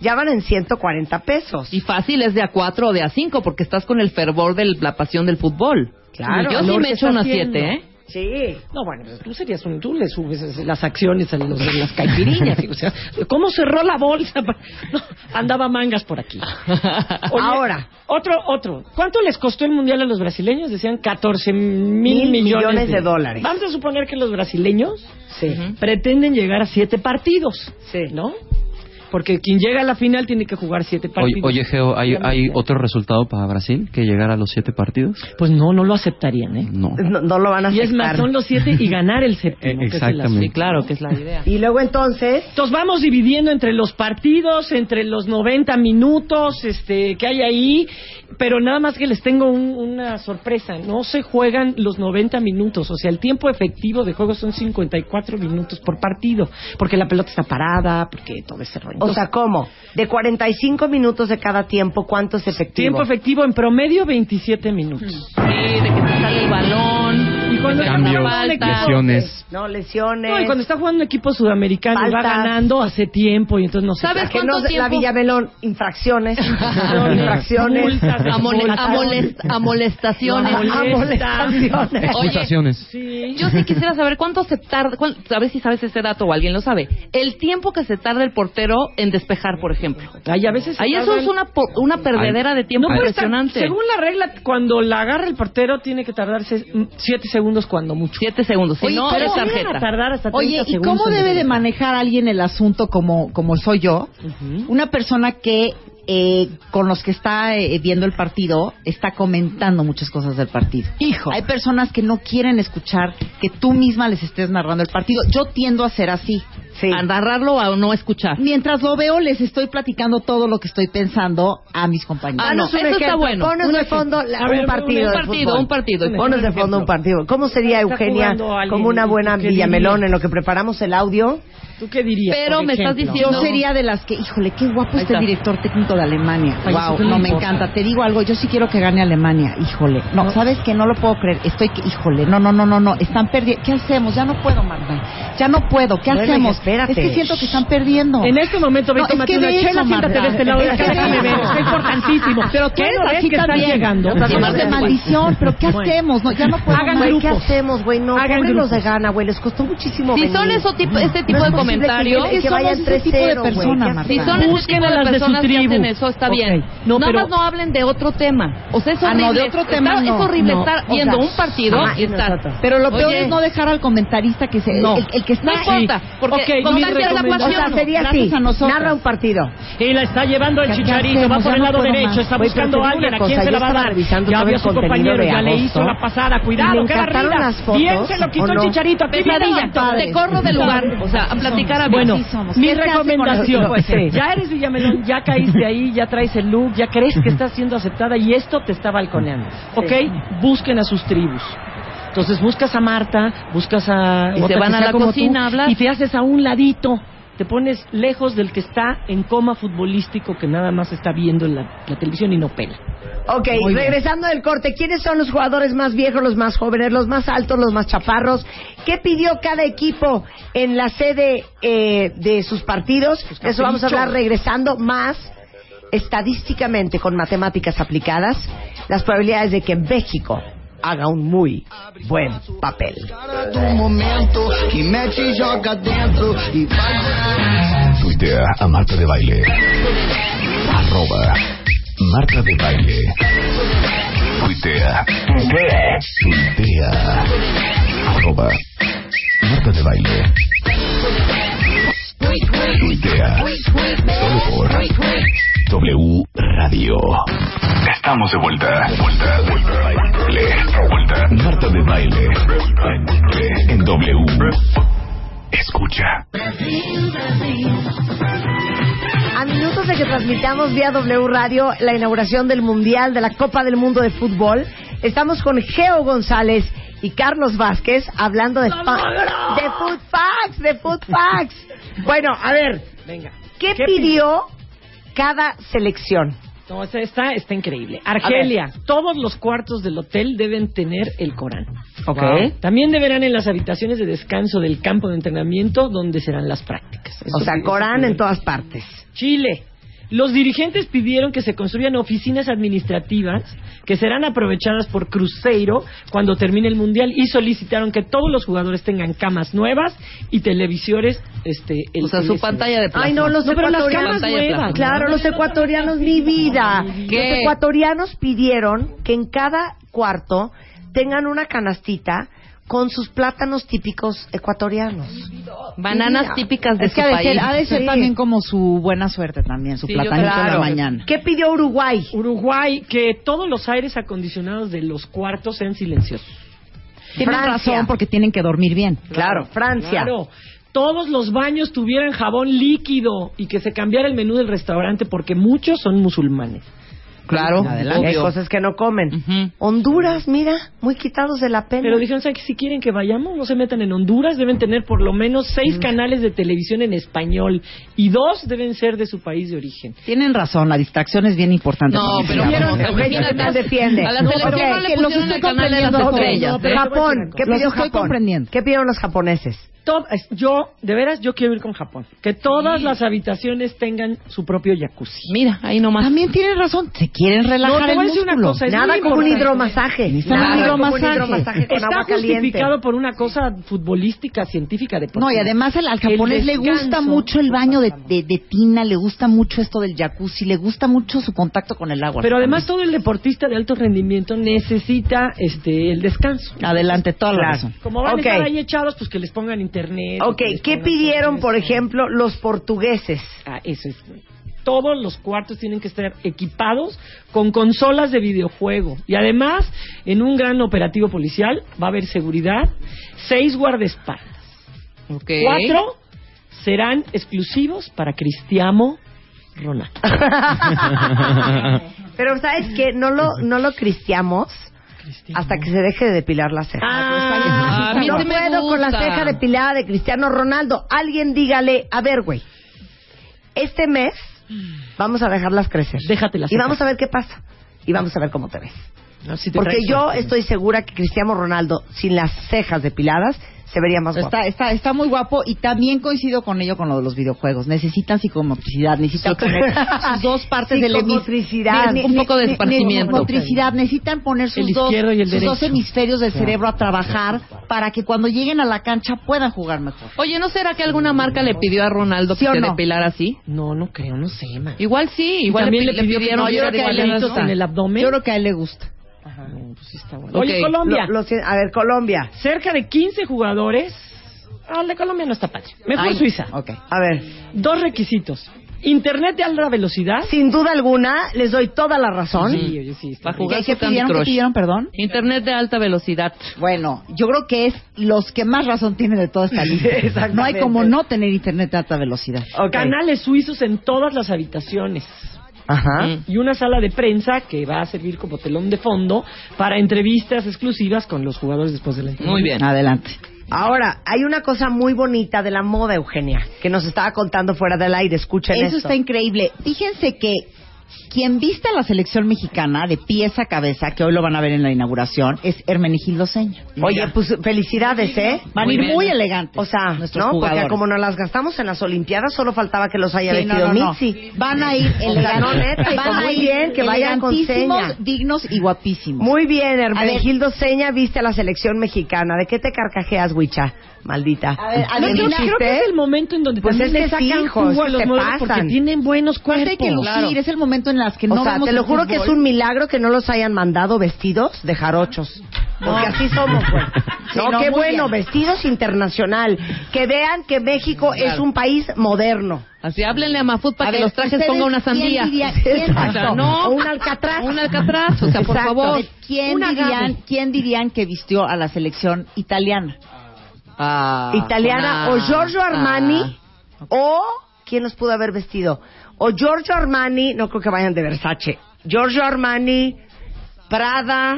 S3: ya van en 140 pesos.
S4: Y fácil es de a cuatro o de a cinco, porque estás con el fervor de la pasión del fútbol.
S3: Claro,
S4: Yo
S3: lo
S4: sí
S3: que
S4: me echo
S3: está
S4: una
S3: haciendo.
S4: siete, ¿eh?
S3: Sí.
S5: No, bueno, pues tú serías un... Tú le subes es- las acciones a los de las caipiriñas. y, o sea, ¿cómo cerró la bolsa? pa- No, andaba mangas por aquí. Oye,
S3: Ahora.
S5: Otro, otro. ¿Cuánto les costó el Mundial a los brasileños? Decían 14
S3: Mil
S5: mil millones,
S3: millones de dólares.
S5: Vamos a suponer que los brasileños
S3: Sí.
S4: Ujú.
S5: pretenden llegar a siete partidos,
S3: Sí.
S5: ¿no? Porque quien llega a la final tiene que jugar siete
S10: Oye,
S5: partidos.
S10: oye, Geo, ¿hay, ¿hay otro resultado para Brasil que llegar a los siete partidos?
S5: Pues no, no lo aceptarían, ¿eh?
S10: No.
S3: No, no lo van a
S5: Y es más,
S3: aceptar.
S5: son los siete y ganar el séptimo.
S10: Eh,
S5: que es el azul.
S10: exactamente.
S5: Sí, claro, que es la idea.
S3: Y luego entonces,
S5: Entonces vamos dividiendo entre los partidos, entre los 90 minutos este, que hay ahí, pero nada más que les tengo un- una sorpresa, no se juegan los 90 minutos, o sea, el tiempo efectivo de juego son 54 minutos por partido, porque la pelota está parada, porque todo ese rollo.
S3: o sea,
S5: Entonces,
S3: ¿cómo? De 45 minutos de cada tiempo, ¿cuánto es efectivo?
S5: tiempo efectivo en promedio 27 minutos.
S4: de que te sale el balón.
S5: Y cuando está
S6: Cambios,
S5: jugando un equipo-
S6: lesiones.
S3: No, lesiones.
S5: No, y cuando está jugando un equipo sudamericano y va
S3: Faltas.
S5: ganando hace tiempo y entonces no se
S4: ¿Sabes
S3: Que
S4: cuánto
S3: no se- La
S4: tiempo?
S3: Villamelón, infracciones. infracciones.
S5: Multas,
S4: A, mole- a
S5: multas.
S4: molest- a molestaciones.
S3: Ah, molestaciones.
S10: Expulsaciones.
S5: Sí.
S4: Yo sí quisiera saber cuánto se tarda, cuán- a ver si sabes ese dato o alguien lo sabe. El tiempo que se tarda el portero en despejar, por ejemplo.
S5: Ay, a veces se
S4: Ahí eso
S5: tardan-
S4: es una, po- una perdedera de tiempo
S5: No puede estar-
S4: impresionante.
S5: según la regla, cuando la agarra el portero, tiene que tardarse 7 segundos cuando mucho.
S4: Siete segundos. Si
S9: Oye,
S4: no,
S9: pero
S4: es
S9: ¿cómo
S4: tarjeta.
S5: a tardar hasta
S9: Oye,
S5: 30
S9: ¿y
S5: segundos
S9: cómo
S5: en
S9: debe de
S5: llegar?
S9: manejar alguien el asunto como, como soy yo? Una persona que eh, con los que está eh, viendo el partido está comentando muchas cosas del partido.
S5: Hijo.
S9: Hay personas que no quieren escuchar que tú misma les estés narrando el partido. Yo tiendo a ser así.
S3: Sí.
S4: A narrarlo o no escuchar.
S9: Mientras lo veo, les estoy platicando todo lo que estoy pensando a mis compañeros.
S4: Ah, no,
S3: Danos un
S4: eso está
S3: ejemplo.
S4: bueno.
S3: Ponos
S4: Un
S3: de
S4: ejemplo.
S3: fondo la-
S5: A ver,
S3: un
S5: un
S3: partido. de
S4: partido,
S3: fútbol.
S4: un partido. Un
S3: Ponos de
S5: ejemplo.
S3: fondo un partido. ¿Cómo sería,
S5: Está
S3: Eugenia,
S5: jugando alguien,
S3: como una buena
S5: ¿qué
S3: Villamelón
S5: diría?
S3: en lo que preparamos el audio?
S5: ¿Tú qué dirías?
S4: Pero
S5: por
S4: me estás
S5: ejemplo?
S9: Yo
S4: diciendo- No.
S9: sería de las que, híjole, qué guapo
S4: Ahí
S9: este
S4: está.
S9: director técnico de Alemania.
S5: Ay, eso
S9: wow,
S5: que no
S9: no me
S5: importa.
S9: encanta. Te digo algo, yo sí quiero que gane Alemania. Híjole, no, sabes que no lo puedo creer. Estoy, que, híjole, no, no, no, no, no. Están perdiendo. ¿Qué hacemos? Ya no puedo, Marta. Ya no puedo. ¿Qué
S3: Bueno,
S9: hacemos?
S3: espérate.
S9: Es que siento que están perdiendo.
S5: En este momento, ve,
S9: No, es
S5: tómate
S9: que
S5: una
S9: de eso,
S5: chela, siéntate de
S9: Marta.
S5: este lado de la
S9: Es que
S5: casa,
S9: de
S5: me ves.
S9: eso.
S5: Es importantísimo.
S9: Pero tú
S5: ¿Qué
S9: eres
S5: no ves
S9: así
S5: que están
S9: también.
S5: llegando?
S9: Se me
S4: Marta,
S9: hace
S4: Marta.
S9: maldición, pero ¿qué hacemos? No, ya no puedo.
S5: Hagan
S9: más.
S3: Güey, ¿qué
S5: grupos.
S3: hacemos, güey? No,
S5: Hagan
S3: pobres los
S5: grupos.
S3: de gana, güey. Les costó muchísimo
S4: Si
S3: venir.
S4: son ese tipo, ese tipo
S3: No
S4: de
S3: es posible
S4: comentarios,
S3: Que, que
S9: somos
S3: vayan
S9: ese tipo de
S3: 3-0, güey.
S9: persona,
S3: ¿Qué
S9: Marta.
S4: si
S3: hacemos?
S4: son ese
S5: Busquen
S4: tipo
S5: a
S4: de
S5: las de su
S4: personas que
S5: tribu.
S4: hacen eso, está
S5: Ok.
S4: bien.
S5: No,
S4: Nada
S5: pero-
S4: más no hablen de otro tema. O sea, es
S9: Ah,
S4: horrible.
S9: no, de otro
S4: Está-
S9: tema no.
S4: es horrible
S9: No.
S4: estar
S9: O
S4: viendo
S9: sea,
S4: un partido
S3: ajá,
S4: y
S3: y
S4: estar...
S3: nosotros.
S9: Pero lo peor
S4: Oye,
S9: es no dejar al comentarista que se.
S5: No.
S9: El, el que está.
S4: No importa,
S5: Sí.
S4: porque
S5: Ok,
S4: con
S5: mi
S4: tal de la
S5: recomendación-
S4: pasión-
S3: O sea, sería
S9: Gracias
S3: así.
S9: a nosotros.
S3: Narra un partido.
S5: Y la está llevando el
S9: ¿Qué
S5: chicharito, va
S9: hacemos?
S5: por
S9: Ya
S5: el
S9: no
S5: lado
S9: puedo
S5: derecho,
S9: más.
S5: está
S3: Güey,
S5: buscando
S3: pero
S5: a
S3: te digo una
S5: alguien, ¿a quién
S3: cosa,
S5: se
S3: yo
S5: la va a
S3: estaba
S5: dar?
S3: revisando
S5: Ya
S3: todo
S5: vio
S3: el
S5: a su
S3: contenido
S5: compañero,
S3: de
S5: ya le
S3: agosto.
S5: hizo la pasada,
S3: Y
S5: cuidado,
S3: me
S5: qué
S3: encantaron
S5: barrida.
S3: las fotos,
S5: Bien se lo
S3: ¿o
S5: quitó el
S3: no?
S5: chicharito, aquí viene
S4: Pesadilla,
S5: el padre.
S4: te corro del lugar, o sea, a platicar a
S5: Bueno,
S4: Así somos.
S5: mi
S4: ¿Qué se hace con
S5: recomendación,
S4: los-
S5: pues,
S4: Sí.
S5: ya eres Villamelón, ya caíste ahí, ya traes el look, ya crees que estás siendo aceptada y esto te está balconeando, ¿ok? Busquen a sus tribus. Entonces buscas a Marta, buscas a...
S4: Y
S5: otra
S4: se
S5: que
S4: van a
S5: sea
S4: la
S5: como
S4: cocina
S5: tú,
S4: a hablar.
S5: Y te haces a un ladito, te pones lejos del que está en coma futbolístico que nada más está viendo la, la televisión y no pela.
S3: Ok,
S5: Muy bien.
S3: regresando del corte, ¿quiénes son los jugadores más viejos, los más jóvenes, los más altos, los más chaparros? ¿Qué pidió cada equipo en la sede eh, de sus partidos?
S5: Pues
S3: De Eso vamos a hablar regresando más estadísticamente con matemáticas aplicadas, las probabilidades de que México haga un muy buen papel.
S8: Cara do momento que mete e joga dentro e faz.
S2: Tuitea a Marta de Baile. Arroba Marta de Baile. Tuitea. Tuitea. Arroba Marta de Baile. Tuitea. Solo por W Radio. Estamos de vuelta. Vuelta, vuelta, baile. Vuelta. Marta de Baile. En W. Escucha.
S3: A minutos de que transmitamos vía W Radio la inauguración del Mundial de la Copa del Mundo de Fútbol, estamos con Geo González y Carlos Vázquez hablando de, fa- de Food Facts, de Food Facts. Bueno, a ver,
S5: Venga.
S3: ¿qué, pidió cada selección?
S5: No, esa- está, está increíble. Argelia, todos los cuartos del hotel deben tener el Corán.
S3: Ok.
S5: También deberán en las habitaciones de descanso del campo de entrenamiento donde serán las prácticas. Eso
S3: O sea,
S5: sí, eso
S3: Corán
S5: sí.
S3: en todas partes.
S5: Chile. Los dirigentes pidieron que se construyan oficinas administrativas que serán aprovechadas por Cruzeiro cuando termine el Mundial y solicitaron que todos los jugadores tengan camas nuevas y televisores. Este, el-
S4: O sea, su
S5: el-
S4: pantalla de plasma.
S3: Ay, no, los
S5: No, pero las
S3: ecuatorianos.
S5: camas
S4: Pantalla de plasma.
S5: nuevas.
S3: Claro, los ecuatorianos, mi vida.
S4: ¿Qué?
S3: Los ecuatorianos pidieron que en cada cuarto tengan una canastita con sus plátanos típicos ecuatorianos.
S4: Bananas típicas de
S9: es que
S4: su
S9: ha de
S4: país.
S9: Ser, ha de ser
S4: Sí.
S9: también como su buena suerte también, su
S5: Sí, yo
S9: platanito
S5: creo.
S9: de la mañana.
S3: ¿Qué pidió Uruguay?
S5: Uruguay, que todos los aires acondicionados de los cuartos sean silenciosos.
S9: Tienen
S5: Francia.
S9: razón porque tienen que dormir bien.
S5: Claro. Todos los baños tuvieran jabón líquido y que se cambiara el menú del restaurante porque muchos son musulmanes.
S3: Claro,
S5: Adelante.
S3: hay cosas que no comen. Honduras, mira, muy quitados de la pena.
S5: Pero dijeron, ¿saben que si quieren que vayamos? No se metan en Honduras, deben tener por lo menos seis canales de televisión en español y dos deben ser de su país de origen.
S9: Tienen razón, la distracción es bien importante.
S5: No,
S9: Porque
S5: pero
S9: sí,
S5: vieron,
S9: la-
S5: ok, ya
S3: Nos defiende.
S9: A la selección
S3: Ok,
S9: no le
S3: que los
S9: pusieron
S3: estoy
S9: el canal de las
S3: comprendiendo, ok.
S9: estrellas, ¿eh?
S3: Japón, ¿qué
S9: Los
S3: pidió
S9: estoy
S3: Japón? ¿Qué pidieron los japoneses?
S5: Top- es- yo, de veras, yo quiero ir con Japón. Que todas las habitaciones tengan su propio jacuzzi.
S4: Mira, ahí nomás.
S9: También tienes razón. Se quieren
S5: no, te voy a decir una cosa. es
S3: Nada
S5: muy
S3: como un
S5: importante.
S3: hidromasaje.
S5: Nada
S3: Nada
S5: como
S3: como
S5: un
S3: un Pues, hidromasaje con
S5: Está
S3: agua caliente.
S5: justificado por una cosa futbolística, científica, deportiva.
S9: No, y además al, al
S5: El
S9: japonés le gusta
S5: descanso.
S9: mucho el baño de, de- de tina, le gusta mucho esto del jacuzzi, le gusta mucho su contacto con el agua.
S5: Pero además todo el deportista de alto rendimiento necesita este el descanso.
S9: Adelante, toda la razón.
S5: Como van
S3: Ok.
S5: a estar ahí echados, pues que les pongan internet.
S3: Ok,
S5: que les
S3: ¿qué
S5: pongan
S3: pidieron,
S5: todo
S3: por
S5: eso.
S3: ejemplo, los portugueses?
S5: Ah, eso es. Todos los cuartos tienen que estar equipados con consolas de videojuego. Y además, en un gran operativo policial va a haber seguridad. Seis guardaespaldas.
S4: ¿eh? Ok.
S5: Cuatro serán exclusivos para Cristiano Ronaldo.
S3: Pero sabes que no lo no lo cristiamos hasta que se deje de depilar la ceja.
S4: Ah, a mí
S3: pues, no
S4: sí me
S3: puedo con la
S4: gusta.
S3: ceja depilada de Cristiano Ronaldo. Alguien dígale, a ver, güey, este mes vamos a dejarlas crecer.
S5: Déjatelas
S3: Y
S5: cejas.
S3: vamos a ver qué pasa. Y vamos a ver cómo te ves.
S5: No, si te
S3: Porque
S5: traes
S3: yo
S5: suerte.
S3: estoy segura que Cristiano Ronaldo sin las cejas depiladas se vería más guapo.
S9: Está, está, está muy guapo y también coincido con ello con lo de los videojuegos. Necesitan psicomotricidad, necesitan poner sus dos partes del
S3: Psicomotricidad.
S9: hemisferio.
S4: Un poco de esparcimiento.
S9: Psicomotricidad, necesitan poner sus,
S5: El
S9: dos,
S5: izquierdo y el
S9: sus dos
S5: derecho.
S9: hemisferios del cerebro a trabajar para que cuando lleguen a la cancha puedan jugar mejor.
S4: Oye, ¿no será que alguna marca le pidió a Ronaldo
S9: ¿Sí
S4: que
S9: o
S4: se
S9: no?
S4: depilara así?
S5: No, no creo, no sé, man.
S4: Igual sí, igual
S5: también
S4: pi-
S5: le pidió que
S4: pidieron
S5: no, yo creo
S4: que
S5: que
S4: le
S5: le hizo
S4: gusta.
S5: en el abdomen.
S9: Yo creo que a él le gusta.
S5: Ajá, no, pues sí está bueno.
S4: Ok.
S5: Oye, Colombia.
S3: Lo- lo siento. a ver, Colombia.
S5: cerca de 15 jugadores. Ah, el de Colombia no está padre. Mejor
S9: Ay,
S5: Suiza.
S9: Ok.
S3: A ver,
S5: Dos requisitos. Internet de alta velocidad.
S3: sin duda alguna, les doy toda la razón.
S5: Sí, oye, sí, está
S4: Va a jugar
S9: ¿Qué,
S4: su
S9: qué
S4: Candy
S9: pidieron? ¿Qué
S4: Crush.
S9: pidieron? Perdón.
S4: Internet de alta velocidad.
S9: Bueno, yo creo que es los que más razón tienen de toda esta lista.
S3: Exactamente.
S9: No hay como no tener internet de alta velocidad.
S5: bien. Canales suizos en todas las habitaciones.
S3: Ajá.
S4: Mm.
S5: Y una sala de prensa que va a servir como telón de fondo para entrevistas exclusivas con los jugadores después de la entrevista.
S4: Muy bien.
S9: Adelante.
S3: Ahora, hay una cosa muy bonita de la moda, Eugenia, que nos estaba contando fuera del aire. Escuchen
S9: Eso
S3: esto.
S9: está increíble. Fíjense que quien viste a la selección mexicana de pies a cabeza, que hoy lo van a ver en la inauguración, es Hermenegildo Seña.
S3: Oye, pues felicidades, ¿eh?
S9: Van
S4: Muy
S9: a ir
S4: bien.
S9: muy elegantes.
S3: O sea,
S9: nuestros
S3: ¿no?
S9: jugadores.
S3: Porque como nos las gastamos en las Olimpiadas, solo faltaba que los haya
S9: Sí, no,
S3: vestido
S9: no, no.
S3: Mitzi.
S9: Van a ir
S3: no, neta,
S9: elegantes.
S3: y
S9: Van
S3: muy
S9: a ir
S3: bien, que vayan con
S9: elegantísimos,
S3: Seña.
S9: dignos y guapísimos.
S3: Muy bien,
S9: A ver.
S3: Hermenegildo Seña, viste a la selección mexicana. ¿De qué te carcajeas, Huicha? Maldita.
S9: A ver,
S5: No,
S9: ¿Alguien
S5: creo, creo que es el momento en donde
S3: Pues
S5: también
S3: es que
S5: le sacan
S3: sí, hijos,
S5: jugo a los
S3: se
S5: modelos porque
S3: pasan.
S5: tienen buenos
S9: Aparte hay
S5: cuerpos.
S9: que lucir, es el momento en las que
S3: o
S9: no
S3: sea,
S9: vemos
S3: te lo
S9: el
S3: juro que es
S9: fútbol.
S3: un milagro que no los hayan mandado vestidos de jarochos. Porque así somos, güey.
S9: Sí,
S3: no,
S9: no,
S3: qué
S9: muy
S3: bueno,
S9: bien.
S3: vestidos internacional. Que vean que México es un país moderno.
S4: Así háblenle a Mafut para
S9: A
S4: que
S9: ver,
S4: los trajes
S9: ¿ustedes
S4: ponga una sandía.
S9: ¿Quién diría, quién-
S4: O sea, no.
S3: O un alcatraz.
S4: Un alcatraz, o sea, por
S3: Exacto.
S4: favor.
S9: ¿Quién
S4: Un agave.
S9: dirían, quién dirían que vistió a la selección italiana?
S4: Ah,
S3: Italiana
S4: ah,
S3: o Giorgio Armani o quién nos pudo haber vestido. O Giorgio Armani, no creo que vayan de Versace. Giorgio Armani, Prada,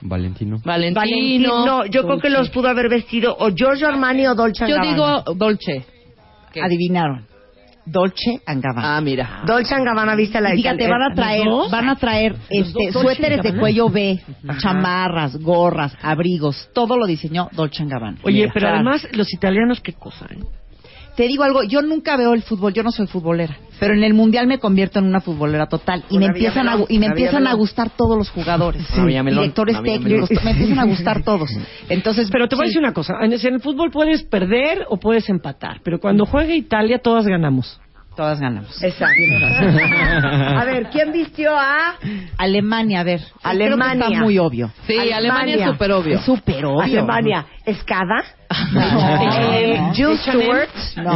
S10: Valentino.
S4: Valentino.
S3: Valentino. No, yo creo que los
S4: Dolce.
S3: pudo haber vestido o Giorgio Armani o Dolce
S4: Yo
S3: Gabbana.
S4: digo Dolce. ¿Qué?
S9: Adivinaron. Dolce and Gabbana.
S4: Ah, mira.
S3: Dolce and Gabbana, viste la
S9: Y Fíjate, van a traer,
S5: dos?
S9: van a traer este,
S5: dos Dolce
S9: suéteres
S5: and
S9: de
S5: Gabbana.
S9: cuello B, chamarras, gorras, abrigos, todo lo diseñó Dolce and Gabbana.
S5: Oye,
S9: Mira.
S5: pero
S9: Claro.
S5: además los italianos qué cosa, ¿eh?
S9: te digo algo, yo nunca veo el fútbol, yo no soy futbolera, pero en el mundial me convierto en una futbolera total y
S3: Una
S9: me empiezan a
S3: Villamelón,
S9: gu- y me
S3: una
S9: empiezan a
S3: Villamelón.
S9: gustar todos los jugadores,
S10: Una Villamelón,
S9: directores
S10: una Villamelón.
S9: técnicos, me empiezan a gustar todos. Entonces,
S5: Pero te voy a
S9: sí.
S5: decir una cosa, en en el fútbol puedes perder o puedes empatar, pero cuando juega Italia todas ganamos.
S9: Todas ganamos.
S3: Exacto. A ver, ¿quién vistió a
S9: Alemania? A ver,
S3: Alemania?
S9: Creo que está muy obvio.
S4: Sí, Alemania es súper obvio.
S9: Es súper obvio.
S3: Alemania. ¿Escada? Eh,
S9: no.
S3: Jill Stewart.
S9: No.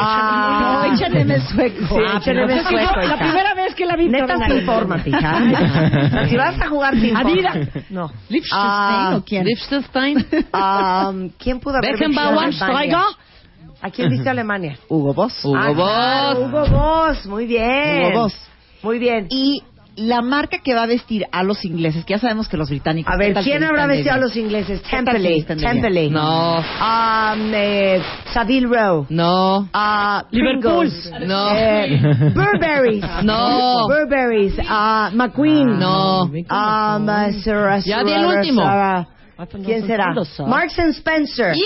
S3: Ah,
S9: No, H&M es sueco.
S3: Sí,
S9: Ah,
S3: H&M
S9: pero
S3: es
S9: es que
S3: sueco,
S9: yo- la
S3: hija.
S9: primera
S5: vez que la vi,
S3: Neta,
S5: perdón,
S3: sí,
S5: ahí.
S3: infórmate, hija. Si vas a jugar ping
S5: Adidas.
S3: No.
S9: Liechtenstein, ¿o quién?
S4: Liechtenstein.
S3: Ah, ¿Quién pudo haber visto a
S4: Beckenbauer,
S3: Alemania?
S4: Steiger.
S3: ¿A quién viste a Alemania?
S9: Hugo Boss.
S3: Ah, claro, Hugo Boss, muy bien.
S9: Hugo Boss.
S3: Muy bien.
S9: Y la marca que va a vestir a los ingleses, que ya sabemos que los británicos.
S3: A
S9: ¿qué
S3: ver,
S9: tal
S3: ¿quién
S9: que
S3: habrá
S9: están de
S3: vestido a
S9: bien?
S3: los ingleses?
S9: ¿Qué tal que
S3: Templey,
S9: están de bien?
S3: Templey.
S4: No,
S3: Um, eh, Savile Row.
S4: no,
S3: Ah,
S5: Liverpool.
S3: Pringles.
S4: No.
S3: Eh, Burberries.
S4: No.
S3: Burberries. Ah, McQueen.
S4: no.
S3: Ah, ma- Sarah,
S4: Ya di el
S3: Sarah,
S4: último.
S3: Sarah.
S9: Pues
S3: ¿Quién será?
S5: todos, ¿ah?
S3: Marks and Spencer.
S9: Muy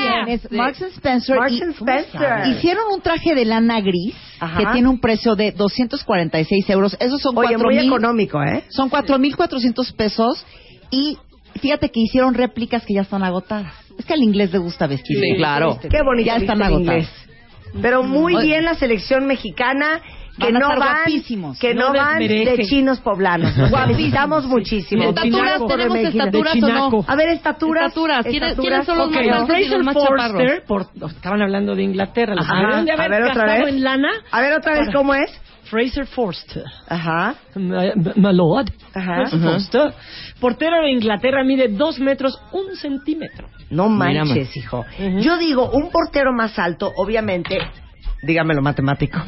S9: bien, es Marks and Spencer.
S3: Marks
S9: y-
S3: and Spencer.
S9: Hicieron un traje de lana gris
S3: Ajá.
S9: que tiene un precio de 246 euros. Esos son
S3: Oye, muy
S9: 4,000
S3: económico, ¿eh?
S9: Son 4.400 pesos y fíjate que hicieron réplicas que ya están agotadas. Es que al inglés le gusta vestir.
S4: Sí, claro.
S3: Qué bonito
S9: Ya están
S3: viste el
S9: agotadas.
S3: inglés. Pero muy
S9: Oye.
S3: bien la selección mexicana que
S9: Van a
S3: no
S9: estar
S3: van
S9: guapísimos.
S3: que no,
S5: No
S3: van
S5: desmerece.
S3: de chinos poblanos. Felicitamos muchísimo.
S4: ¿Estaturas?
S3: Pobre
S4: ¿Tenemos
S3: México.
S4: estaturas
S5: de
S4: o
S5: chinaco.
S4: no?
S3: A ver, estaturas.
S4: Estaturas. ¿Quiénes- quiénes son los
S5: Ok,
S4: más altos y
S5: Fraser
S4: los más
S5: Forster, por- oh, estaban hablando de Inglaterra, los
S3: Ajá.
S5: debieron de haber
S3: A ver, otra
S5: gastado
S3: vez.
S5: en lana.
S3: A ver otra vez cómo es.
S5: Fraser Forster,
S3: Ajá.
S5: my, my lord,
S3: Ajá.
S5: Fraser Forster, portero de Inglaterra, mide dos metros un centímetro.
S3: No
S10: Mira,
S3: manches, hijo. Yo digo, un portero más alto, obviamente, dígamelo matemático,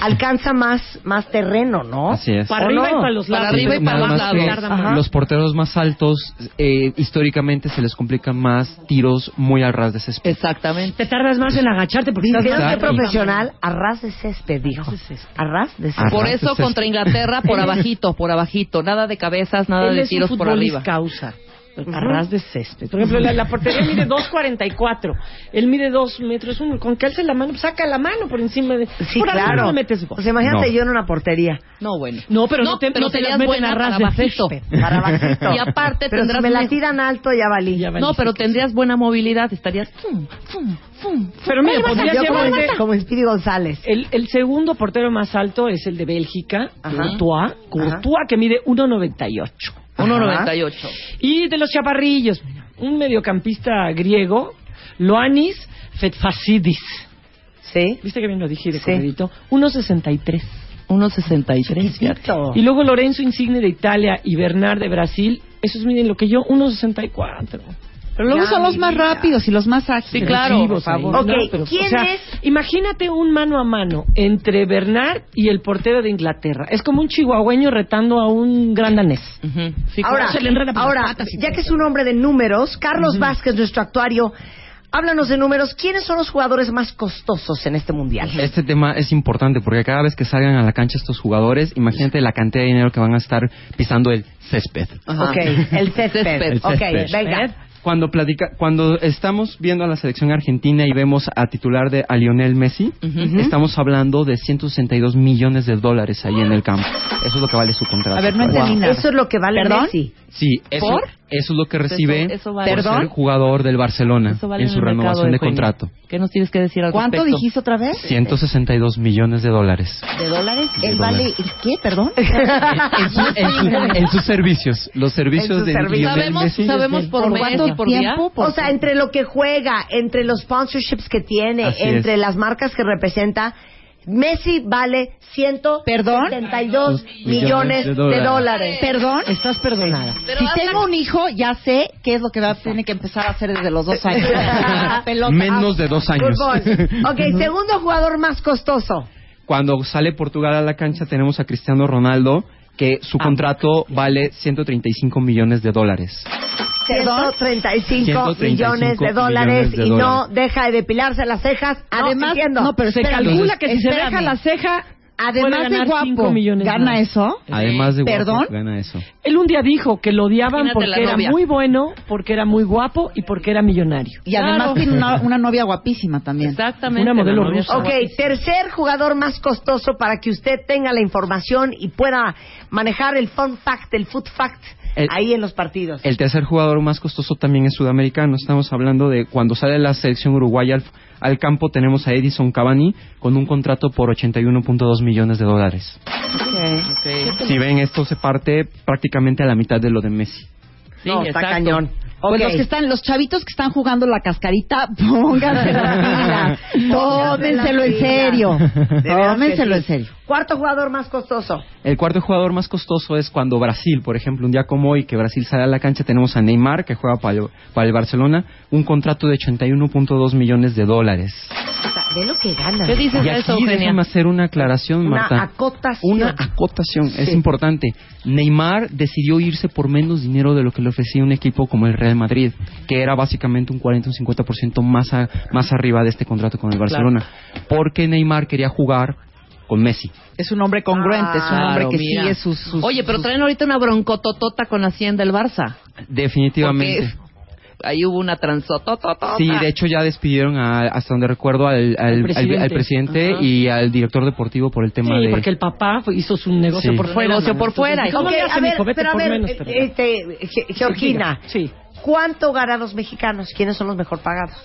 S3: alcanza más, más terreno, ¿no?
S10: Así es.
S5: Para
S3: ¿O
S5: arriba
S3: no?
S5: y para los
S4: Para
S5: lados.
S4: arriba y para
S10: Nada
S4: los
S10: más que
S4: lados.
S5: Tarda
S10: Los porteros más altos eh, históricamente se les complican más tiros muy al ras de césped.
S4: Exactamente.
S5: Te tardas más en agacharte porque estás
S3: Creo
S5: más
S3: que
S10: Exacto.
S3: profesional, arras de césped, dijo. Arras de césped.
S4: Por
S10: Ajá,
S4: eso
S10: pues es-
S4: contra Inglaterra, por abajito, por abajito. Nada de cabezas, nada
S5: Él
S4: Ah, de
S5: es un
S4: tiros por
S5: futbolista
S4: arriba.
S5: causa. Arras de césped. Por ejemplo, la, la portería mide 2.44. Él mide 2 metros. uno. Con que alce la mano, pues, saca la mano por encima de.
S3: Sí,
S5: por arriba
S3: claro.
S5: no metes gol.
S3: O sea, Pues imagínate
S10: No.
S3: yo en una portería.
S4: No, bueno.
S5: No, pero no, te,
S4: pero
S5: no te
S4: serías
S5: las meten
S4: buena
S5: a ras
S4: para
S5: de
S4: bajito.
S5: césped.
S3: Para bajito.
S4: Y aparte
S3: Pero si
S4: tendrás
S3: me la
S4: un-
S3: tiran alto, ya valí.
S5: Ya valí.
S4: No, pero tendrías buena movilidad, estarías... fum, fum, fum,
S5: Pero
S4: fum.
S5: mira,
S4: Ahí vas
S5: podrías
S4: a-
S3: Yo como,
S5: llevarte-
S3: el- como Spiri González.
S5: El, el segundo portero más alto es el de Bélgica,
S3: Ajá.
S5: Courtois. Courtois, que mide 1.98.
S4: 1.98.
S5: Y de los chaparrillos, mira, un mediocampista griego, Loanis Fetfasidis.
S3: Sí.
S5: ¿Viste que bien lo dije de
S3: Sí.
S5: corridito? 1.63.
S4: 1.63. fíjate.
S5: Y luego Lorenzo Insigne de Italia y Bernard de Brasil. Esos miden lo que yo, 1.64.
S9: Pero luego
S3: Ya,
S9: son los
S3: mi
S9: más
S3: vida.
S9: rápidos y los más ágiles.
S4: Sí, claro.
S5: Sí, por favor.
S3: Ok,
S5: No, pero,
S3: ¿quién
S5: o sea,
S3: es?
S5: Imagínate un mano a mano entre Bernard y el portero de Inglaterra. Es como un chihuahueño retando a un gran danés.
S4: Ujú. Sí,
S3: ahora,
S4: claro. Se le enreda por
S3: ahora
S4: las patas y
S3: ya
S4: todo.
S3: que es un hombre de números, Carlos Vázquez, nuestro actuario, háblanos de números. ¿Quiénes son los jugadores más costosos en este mundial?
S10: Este tema es importante porque cada vez que salgan a la cancha estos jugadores, imagínate la cantidad de dinero que van a estar pisando el césped.
S4: Ajá.
S3: Ok, el césped.
S4: Césped.
S3: Ok,
S10: Césped.
S3: venga.
S10: ¿Eh? Cuando platica, cuando estamos viendo a la selección argentina y vemos a titular de a Lionel Messi,
S4: Ujú.
S10: estamos hablando de 162 millones de dólares ahí en el campo. Eso es lo que vale su contrato.
S9: A ver, no entendí nada.
S3: Eso es lo que vale
S9: ¿Perdón?
S3: Messi.
S10: Sí, eso,
S4: ¿Por?
S10: eso es lo que recibe
S4: Eso- eso vale.
S10: por
S4: ¿Perdón?
S10: ser jugador del Barcelona
S4: Eso vale
S10: en su
S4: el mercado
S10: renovación de,
S4: jueves.
S10: contrato.
S4: ¿Qué nos tienes que decir al
S9: ¿Cuánto
S4: respecto?
S9: dijiste otra vez?
S10: 162 millones de dólares.
S9: ¿De dólares?
S10: De
S9: Él vale.
S10: dólares.
S9: ¿Qué? ¿Perdón?
S10: En, su- en su- en sus servicios, los
S3: En
S10: servicios
S3: sus
S10: de
S3: servicios.
S10: Lionel
S4: Sabemos,
S10: Messi.
S4: sabemos por, mes y por día.
S3: O sea, entre lo que juega, entre los sponsorships que tiene,
S10: Así
S3: entre
S10: es.
S3: las marcas que representa, Messi vale 172
S10: Millones
S3: millones
S10: de
S3: de
S10: dólares.
S3: dólares.
S9: Perdón.
S3: Estás perdonada.
S4: Pero
S9: si
S4: hasta-
S9: tengo un hijo, ya sé qué es lo que va a tener que empezar a hacer desde los dos años. La pelota.
S10: Menos de dos años.
S3: Fútbol. Ok, segundo jugador más costoso.
S10: Cuando sale Portugal a la cancha tenemos a Cristiano Ronaldo que su contrato vale 135 millones de dólares.
S3: 135
S10: 135
S3: millones de dólares
S10: millones de
S3: y no
S10: dólares.
S3: deja de depilarse las cejas. Además,
S5: entiendo.
S3: no, pero
S5: se
S3: espérame.
S5: calcula que si se
S9: espérame.
S5: deja la ceja, puede
S9: Además de
S5: ganar cinco
S9: guapo,
S5: millones
S9: ¿gana
S5: más.
S9: eso?
S10: Además de guapo,
S9: ¿Perdón?
S10: gana eso.
S5: Él un día dijo que lo odiaban
S4: Imagínate la
S5: porque era
S4: novia.
S5: muy bueno, porque era muy guapo y porque era millonario.
S9: Y además tiene una, una novia guapísima también.
S4: Exactamente.
S5: Una modelo
S4: la novia
S5: rusa.
S3: Ok, tercer jugador más costoso para que usted tenga la información y pueda manejar el fun fact, el food fact ahí en los partidos.
S10: El tercer jugador más costoso también es sudamericano. Estamos hablando de cuando sale la selección uruguaya al, al campo, tenemos a Edison Cavani con un contrato por 81.2 millones de dólares. Si ven, esto se parte prácticamente a la mitad de lo de Messi.
S3: no, está cañón.
S9: Pues los que están, los chavitos que están jugando la cascarita, pónganse la pila. Tómenselo en serio. Tómenselo en serio.
S3: Cuarto jugador más costoso.
S10: El cuarto jugador más costoso es cuando Brasil, por ejemplo, un día como hoy, que Brasil sale a la cancha, tenemos a Neymar, que juega para el, para el Barcelona, un contrato de 81.2 millones de dólares.
S3: Ve lo que gana.
S4: ¿Qué dices
S10: y
S4: de eso,
S10: aquí
S4: Eugenia?
S10: déjame hacer una
S5: Mm,
S10: aclaración,
S3: Una
S10: Marta.
S3: acotación.
S10: Una acotación, es importante. Neymar decidió irse por menos dinero de lo que le ofrecía un equipo como el Real Madrid, que era básicamente un 40 o un 50% más, a- más arriba de este contrato con el Barcelona. Porque Neymar quería jugar con Messi.
S9: Es un hombre congruente, es un
S10: Claro,
S9: hombre que
S10: mira.
S9: sigue sus, sus-
S4: Oye, pero traen ahorita una broncototota con Hacienda el Barça.
S10: Definitivamente.
S4: Ahí hubo una transototota.
S10: Sí, de hecho ya despidieron, a- hasta donde recuerdo, al, al, al- al presidente,
S5: presidente. Ajá.
S10: y al director deportivo por el tema
S5: Sí,
S10: de...
S5: porque el papá fue- hizo su negocio
S10: Sí.
S5: por fuera.
S4: Negocio
S5: mano.
S4: por fuera.
S5: Entonces, ¿Cómo
S3: Ok,
S5: le
S3: a
S5: hacen,
S3: ver,
S5: hijo? Vete
S3: pero a
S5: por
S3: ver,
S5: menos,
S3: eh,
S5: pero-
S3: este, Ge- Georgina,
S5: Sí.
S3: ¿cuánto ganan los mexicanos? ¿Quiénes son los mejor pagados?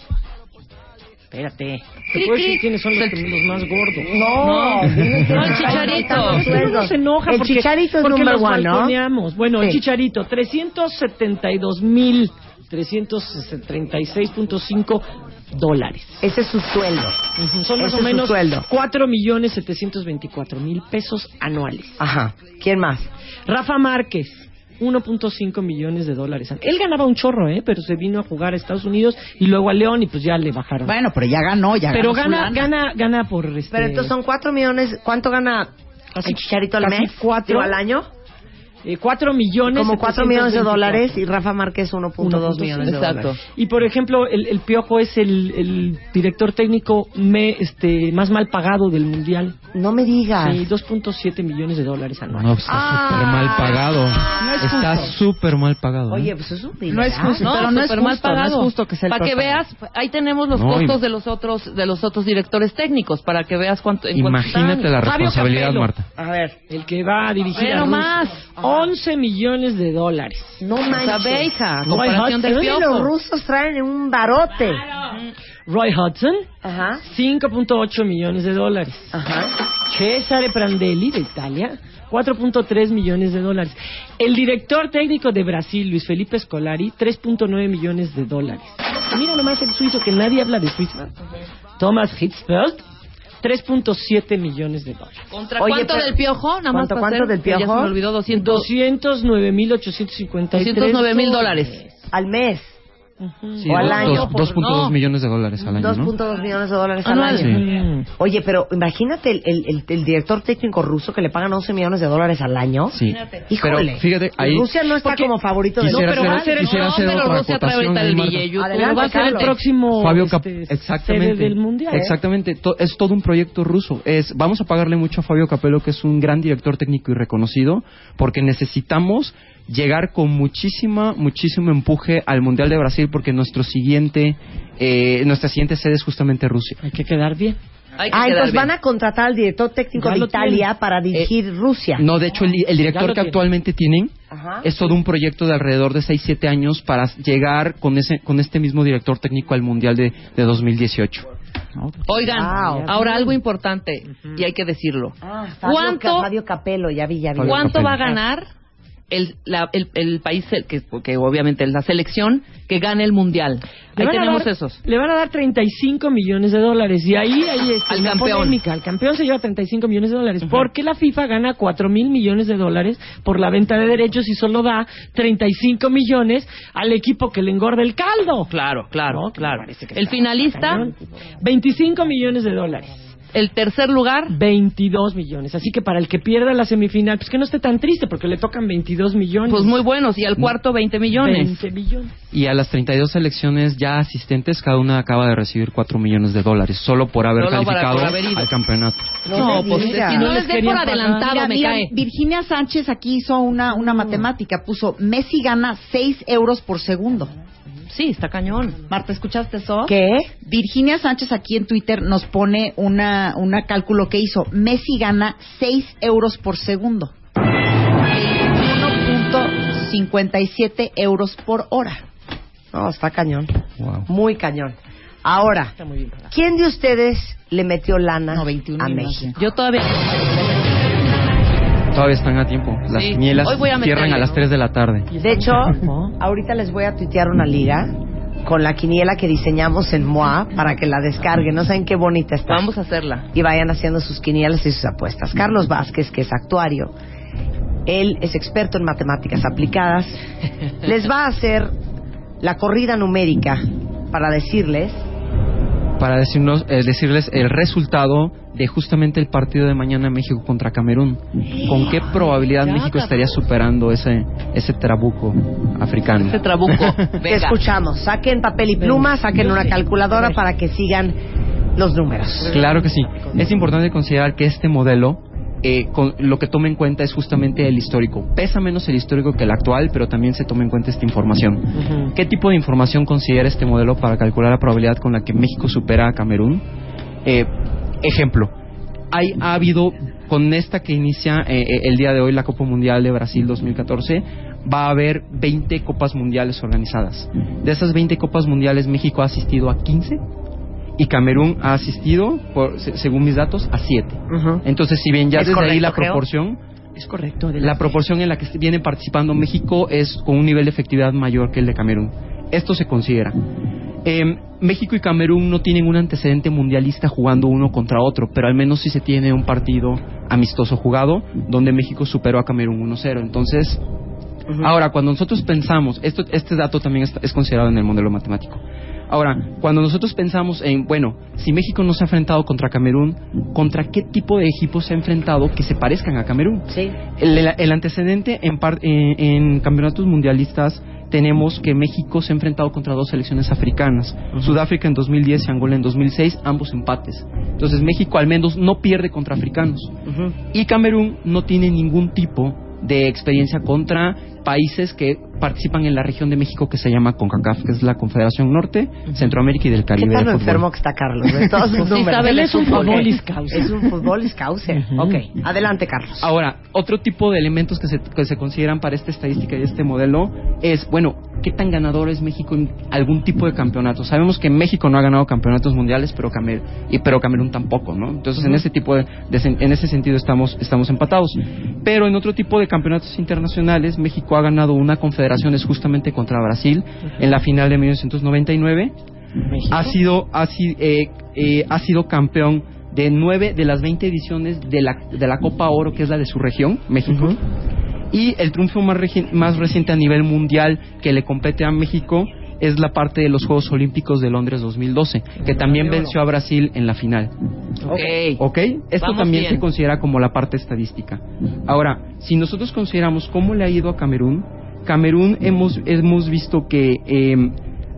S5: Espérate. ¿Te puedo decir quiénes son los, que- los más gordos?
S3: No, dime que- No, el Chicharito.
S5: Pero uno se enoja
S3: El
S5: porque,
S3: Chicharito es
S5: porque
S3: number
S5: los
S3: one, ¿no?
S5: balconeamos. Bueno, el
S3: Sí.
S5: Chicharito, 372 mil 336.5 dólares.
S3: Ese es su sueldo.
S5: Ujú, Son más
S3: Ese es
S5: o
S3: su
S5: menos
S3: sueldo.
S5: 4 millones 724 mil pesos anuales.
S3: Ajá. ¿Quién más?
S5: Rafa Márquez. 1.5 millones de dólares. Él ganaba un chorro, ¿eh? Pero se vino a jugar a Estados Unidos y luego a León y pues ya le bajaron.
S9: Bueno, pero ya ganó, ya
S5: Pero
S9: ganó su
S5: gana,
S9: lana.
S5: gana, gana por este,
S3: Pero entonces son 4 millones. ¿Cuánto gana el Chicharito al
S5: casi
S3: mes?
S5: cuatro.
S3: Digo, al año?
S5: eh, 4 millones.
S3: Como 4 millones de dólares y Rafa Márquez 1.2
S5: 1.2
S3: millones de
S5: Exacto.
S3: dólares.
S5: Y por ejemplo, el, el Piojo es el, el director técnico me, este, más mal pagado del mundial. Eh,
S3: No me digas.
S5: Sí, 2.7 millones de dólares anuales.
S10: No, está
S5: Ah,
S10: súper mal pagado. está súper mal pagado. ¿eh?
S3: Oye, pues es un
S9: No
S5: Ah,
S9: es justo,
S4: No,
S9: pero no es
S4: súper mal
S9: justo, no es
S4: pagado.
S9: justo que sea el
S4: Para que
S9: peor pagado.
S4: veas, pues, ahí tenemos los
S10: No,
S4: costos
S10: y-
S4: de los otros de los otros directores técnicos para que veas cuánto en cuánto
S10: Imagínate
S4: están.
S10: la
S5: pues, Fabio
S10: responsabilidad,
S5: Capello.
S10: Marta.
S3: A ver.
S5: El que va a dirigir
S4: Pero
S5: a Rusia.
S4: más.
S5: 11 millones de dólares.
S3: No
S4: O sea, ve,
S3: manches.
S4: hija,
S5: No,
S4: comparación
S5: hija,
S4: del
S5: ¿de
S3: Oye, Los
S4: piojo.
S3: rusos traen un barote.
S5: Roy Hudson,
S3: Ajá.
S5: 5.8 millones de dólares.
S3: Ajá.
S5: Cesare Prandelli de Italia, 4.3 millones de dólares. El director técnico de Brasil, Luis Felipe Scolari, 3.9 millones de dólares. Y Mira nomás el suizo que nadie habla de Suiza. Thomas Hitzfeld, 3.7 millones de dólares.
S4: ¿Contra
S3: Oye,
S4: cuánto
S3: pero-
S4: del piojo? Nada más
S3: ¿Cuánto,
S4: para
S3: cuánto
S4: hacer,
S3: del
S4: que Ya se
S3: Piojo?
S4: me olvidó 200
S5: 209.853
S4: 209,000 dólares.
S3: Al mes.
S10: Sí,
S3: O al
S10: dos-
S3: año,
S10: dos-
S3: por-
S10: 2.2
S4: no.
S10: millones de dólares al año, ¿no?
S3: 2.2 millones de dólares al
S4: Anual.
S3: año.
S5: Mm.
S3: Oye, pero imagínate el, el- el- el director técnico ruso que le pagan 11 millones de dólares al año.
S10: Sí.
S3: Híjole.
S10: Pero fíjate, ahí
S3: Rusia no está
S5: Porque
S3: como favorito de No,
S10: quisiera
S3: pero
S10: hacer-
S3: va a ser-
S10: quisiera
S4: no,
S10: hacer
S4: pero
S10: otra
S4: Rusia trae
S10: acotación
S4: ahorita
S10: ahí,
S4: el
S10: Marta.
S4: billete.
S3: Adelante,
S4: va a ser el
S3: Carlos.
S5: Próximo
S10: Fabio Cap-
S5: este,
S10: exactamente.
S5: sede del mundial. ¿eh?
S10: Exactamente, To- es todo un proyecto ruso. Es vamos a pagarle mucho a Fabio Capello que es un gran director técnico y reconocido porque necesitamos llegar con muchísima muchísimo empuje al Mundial de Brasil porque nuestro siguiente eh, nuestra siguiente sede es justamente Rusia.
S5: Hay que quedar bien.
S4: Hay que
S3: Ah,
S4: quedar
S3: entonces
S4: bien.
S3: van a contratar al director técnico
S5: Ya
S3: de
S5: lo
S3: Italia
S5: tienen. Eh,
S3: para dirigir Rusia.
S10: No, de hecho el, el
S5: Ya
S10: director
S5: lo
S10: que
S5: tiene.
S10: actualmente tienen
S3: Ajá.
S10: es todo un proyecto de alrededor de 6-7 años para llegar con ese con este mismo director técnico al Mundial de, de 2018.
S4: Oigan,
S3: Wow.
S4: ahora algo importante y hay que decirlo.
S3: Ah, Fabio,
S4: ¿Cuánto-
S3: Ca- Fabio Capello, ya vi, ya vi.
S10: Fabio
S4: ¿Cuánto
S10: Capello.
S4: va a ganar el, la- el, el país el- que, que obviamente es la selección que gane el mundial?
S5: Le
S4: Ahí
S5: van a
S4: tenemos
S5: dar-
S4: esos.
S5: Le van a dar 35 millones de dólares. Y ahí, ahí este,
S4: Al
S5: una
S4: campeón.
S5: polémica. El campeón se lleva 35 millones de dólares. Porque la FIFA gana 4 mil millones de dólares por la venta de derechos y solo da 35 millones al equipo que le engorda el caldo.
S4: Claro, claro,
S5: No, que me
S4: claro.
S5: parece que
S4: El
S5: está
S4: finalista,
S5: cañón. 25 millones de dólares.
S4: el tercer lugar,
S5: 22 millones. Así que para el que pierda la semifinal, pues que no esté tan triste porque le tocan 22 millones.
S4: pues muy buenos. Y al cuarto, 20 millones.
S5: 20 millones.
S10: Y a las 32 selecciones ya asistentes, cada una acaba de recibir 4 millones de dólares, solo por haber
S4: Solo para-
S10: calificado
S4: por haber ido.
S10: al campeonato.
S4: No,
S3: te
S4: pues
S3: digas.
S4: si no les den por
S5: querían pagar.
S4: adelantado,
S9: Mira,
S4: me
S9: mira,
S3: eh.
S4: cae.
S9: Virginia Sánchez aquí hizo una,
S3: Mm.
S9: una matemática, puso Messi gana 6 euros por segundo.
S4: Sí, está cañón.
S9: Marta, ¿escuchaste eso?
S3: ¿Qué?
S9: Virginia Sánchez aquí en Twitter nos pone una, una cálculo que hizo. Messi gana 6 euros por segundo. 1.6 57 euros por hora.
S3: No, está cañón. Muy cañón. Ahora,
S5: Está muy bien.
S3: ¿quién de ustedes le metió lana a México?
S4: Yo todavía.
S10: Todavía están a tiempo. Las
S4: Sí.
S10: mielas
S4: Hoy voy a meterle,
S10: cierran a las
S4: ¿no?
S10: 3 de la tarde.
S3: De hecho, ahorita les voy a tuitear una liga con la quiniela que diseñamos en MOA para que la descarguen. No saben qué bonita está.
S4: Vamos a hacerla.
S3: Y vayan haciendo sus quinielas y sus apuestas. Carlos Vázquez, que es actuario, él es experto en matemáticas aplicadas, les va a hacer la corrida numérica para decirles
S10: Para decirnos, eh, decirles el resultado de justamente el partido de mañana México contra Camerún. ¿Con qué probabilidad
S3: ya,
S10: México
S3: cabrón.
S10: estaría superando ese, ese trabuco africano?
S3: Este Te escuchamos. Saquen papel y pluma, saquen una calculadora para que sigan los números.
S10: Claro que sí. Es importante considerar que este modelo, eh, con- lo que toma en cuenta es justamente el histórico. Pesa menos el histórico que el actual, pero también se toma en cuenta esta información. ¿Qué tipo de información considera este modelo para calcular la probabilidad con la que México supera a Camerún? Eh, ejemplo, hay, ha habido, con esta que inicia eh, eh, el día de hoy la Copa Mundial de Brasil 2014, va a haber 20 Copas Mundiales organizadas. De esas 20 Copas Mundiales, México ha asistido a 15 y Camerún ha asistido, por- se- según mis datos, a 7. Entonces, si bien ya
S11: ¿Es
S10: desde ahí
S11: correcto,
S10: la
S11: Geo?
S10: proporción...
S5: Es correcto.
S10: La proporción en la que viene participando México es con un nivel de efectividad mayor que el de Camerún. Esto se considera. Eh, México y Camerún no tienen un antecedente mundialista jugando uno contra otro, pero al menos sí se tiene un partido amistoso jugado donde México superó a Camerún 1-0. Entonces, ahora cuando nosotros pensamos, esto, este dato también está- es considerado en el modelo matemático. Ahora, cuando nosotros pensamos en, bueno, si México no se ha enfrentado contra Camerún, ¿contra qué tipo de equipos se ha enfrentado que se parezcan a Camerún? El, el- el antecedente en, par- en- en campeonatos mundialistas tenemos que México se ha enfrentado contra dos selecciones africanas, Sudáfrica en 2010 y Angola en 2006, ambos empates. Entonces México al menos no pierde contra africanos. Y Camerún no tiene ningún tipo de experiencia contra países que participan en la región de México que se llama CONCACAF, que es la Confederación Norte, Centroamérica y del
S3: ¿Qué
S10: Caribe. de
S3: tan
S10: fútbol.
S3: enfermo que está Carlos? De todos sus
S10: Sí,
S3: números.
S10: sabe, él es un
S3: futbolista.
S10: futboliscausa.
S3: Es un futboliscausa. Ok, adelante Carlos.
S10: Ahora, otro tipo de elementos que se, que se consideran para esta estadística y este modelo es, bueno, ¿qué tan ganador es México en algún tipo de campeonato? Sabemos que México no ha ganado campeonatos mundiales, pero, Camer- y, pero Camerún tampoco, ¿no? Entonces, en
S11: Ujú.
S10: ese tipo de, de sen- en ese sentido estamos, estamos empatados. Pero en otro tipo de campeonatos internacionales, México ha ganado una confederaciones justamente contra Brasil en la final de 1999 ha sido ha, si- eh, eh, ha sido campeón de nueve de las 20 ediciones de la, de la Copa Oro, que es la de su región, México. Y el triunfo más, regi- más reciente a nivel mundial que le compete a México es la parte de los Juegos Olímpicos de Londres 2012, que también venció a Brasil en la final. Ok, esto
S11: Vamos
S10: también
S11: bien.
S10: se considera como la parte estadística. Ahora, si nosotros consideramos cómo le ha ido a Camerún, Camerún hemos, hemos visto que eh,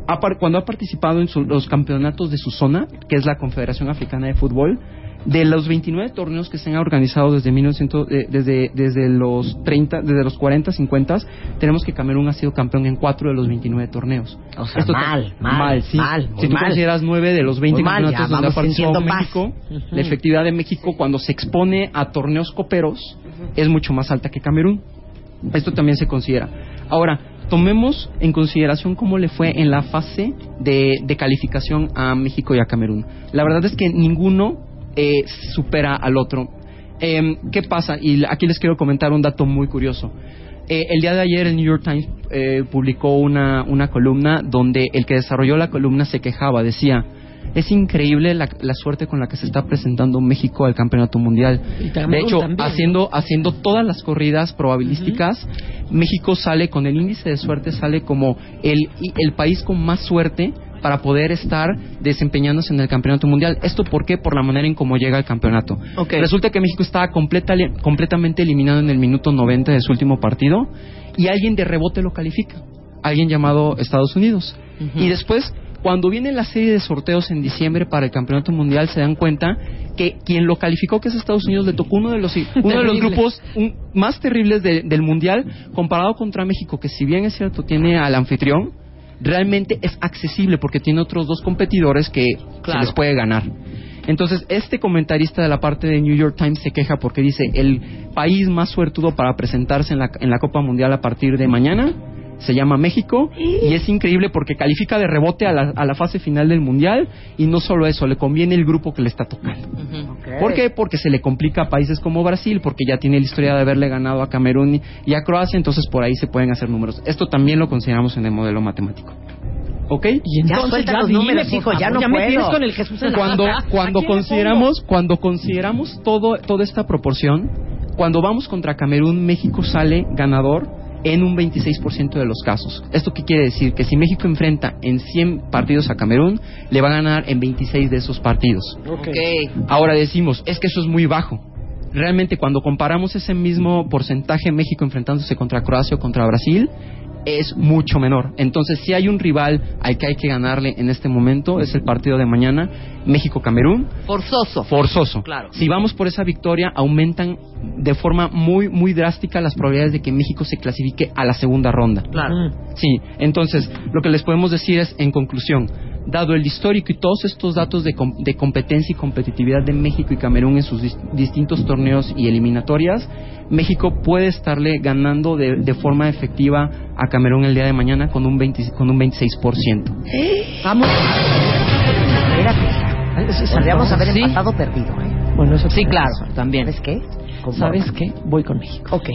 S10: ha par- cuando ha participado en su- los campeonatos de su zona, que es la Confederación Africana de Fútbol, de los 29 torneos que se han organizado desde 1900, eh, desde, desde los 30, desde los 40, 50, tenemos que Camerún ha sido campeón en 4 de los 29 torneos.
S3: O sea, mal, mal,
S10: sí.
S3: mal, muy
S10: si tú
S3: mal.
S10: consideras 9 de los 20
S3: Muy mal,
S10: campeonatos
S3: ya
S10: donde ha
S3: vamos
S10: participado
S3: sintiendo paz.
S10: México,
S3: Ujú.
S10: la efectividad de México cuando se expone a torneos coperos es mucho más alta que Camerún. Esto también se considera. Ahora, tomemos en consideración cómo le fue en la fase de, de calificación a México y a Camerún. La verdad es que ninguno eh, supera al otro. Eh, ¿Qué pasa? Y aquí les quiero comentar un dato muy curioso. Eh, el día de ayer el New York Times eh, publicó una, una columna donde el que desarrolló la columna se quejaba, decía, es increíble la, la suerte con la que se está presentando México al Campeonato Mundial.
S11: Y Camerún
S10: De hecho,
S11: también.
S10: haciendo haciendo todas las corridas probabilísticas, México sale con el índice de suerte sale como el y- el país con más suerte para poder estar desempeñándose en el Campeonato Mundial. ¿Esto por qué? Por la manera en cómo llega al campeonato. Resulta que México estaba completa- completamente eliminado en el minuto 90 de su último partido y alguien de rebote lo califica. Alguien llamado Estados Unidos. Y después, cuando viene la serie de sorteos en diciembre para el Campeonato Mundial, se dan cuenta que quien lo calificó, que es Estados Unidos, le tocó uno de los, uno de los
S11: Terrible.
S10: grupos un- más terribles de- del Mundial comparado contra México, que si bien es cierto tiene al anfitrión, realmente es accesible porque tiene otros dos competidores que se les puede ganar. Entonces, este comentarista de la parte de New York Times se queja porque dice, el país más suertudo para presentarse en la, en la Copa Mundial a partir de mañana se llama México y es increíble porque califica de rebote a la, a la fase final del Mundial y no solo eso, le conviene el grupo que le está tocando. ¿Por qué? Porque se le complica a países como Brasil, porque ya tiene la historia de haberle ganado a Camerún y a Croacia, entonces por ahí se pueden hacer números. Esto también lo consideramos en el modelo matemático. ¿Ok? Y
S3: Ya suelta los
S10: dime,
S3: números,
S10: por
S3: hijo, ya
S10: favor,
S3: no
S10: me
S3: puedo.
S10: tienes con el Jesús en la Cuando,
S3: boca. ¿A
S10: cuando
S3: quién le
S10: consideramos, cuando consideramos todo, toda esta proporción, cuando vamos contra Camerún, México sale ganador en un 26% de los casos. ¿Esto qué quiere decir? Que si México enfrenta en 100 partidos a Camerún, le va a ganar en 26 de esos partidos. Ahora decimos, es que eso es muy bajo. Realmente cuando comparamos ese mismo porcentaje México enfrentándose contra Croacia o contra Brasil, es mucho menor. Entonces, si hay un rival al que hay que ganarle en este momento, es el partido de mañana, México-Camerún.
S4: Forzoso.
S10: Forzoso.
S4: Claro.
S10: Si vamos por esa victoria, aumentan de forma muy, muy drástica las probabilidades de que México se clasifique a la segunda ronda. Sí, entonces lo que les podemos decir es, en conclusión, dado el histórico y todos estos datos de, com- de competencia y competitividad de México y Camerún en sus dis- distintos torneos y eliminatorias, México puede estarle ganando de, de forma efectiva a Camerún el día de mañana con un, 20 con un 26%.
S3: Vamos. Espérate. Podríamos haber
S4: Sí.
S3: empatado o perdido, ¿eh?
S5: Bueno, eso
S4: sí, claro, también.
S3: ¿Sabes qué? Conforma.
S5: ¿Sabes qué? Voy con México.
S3: Ok.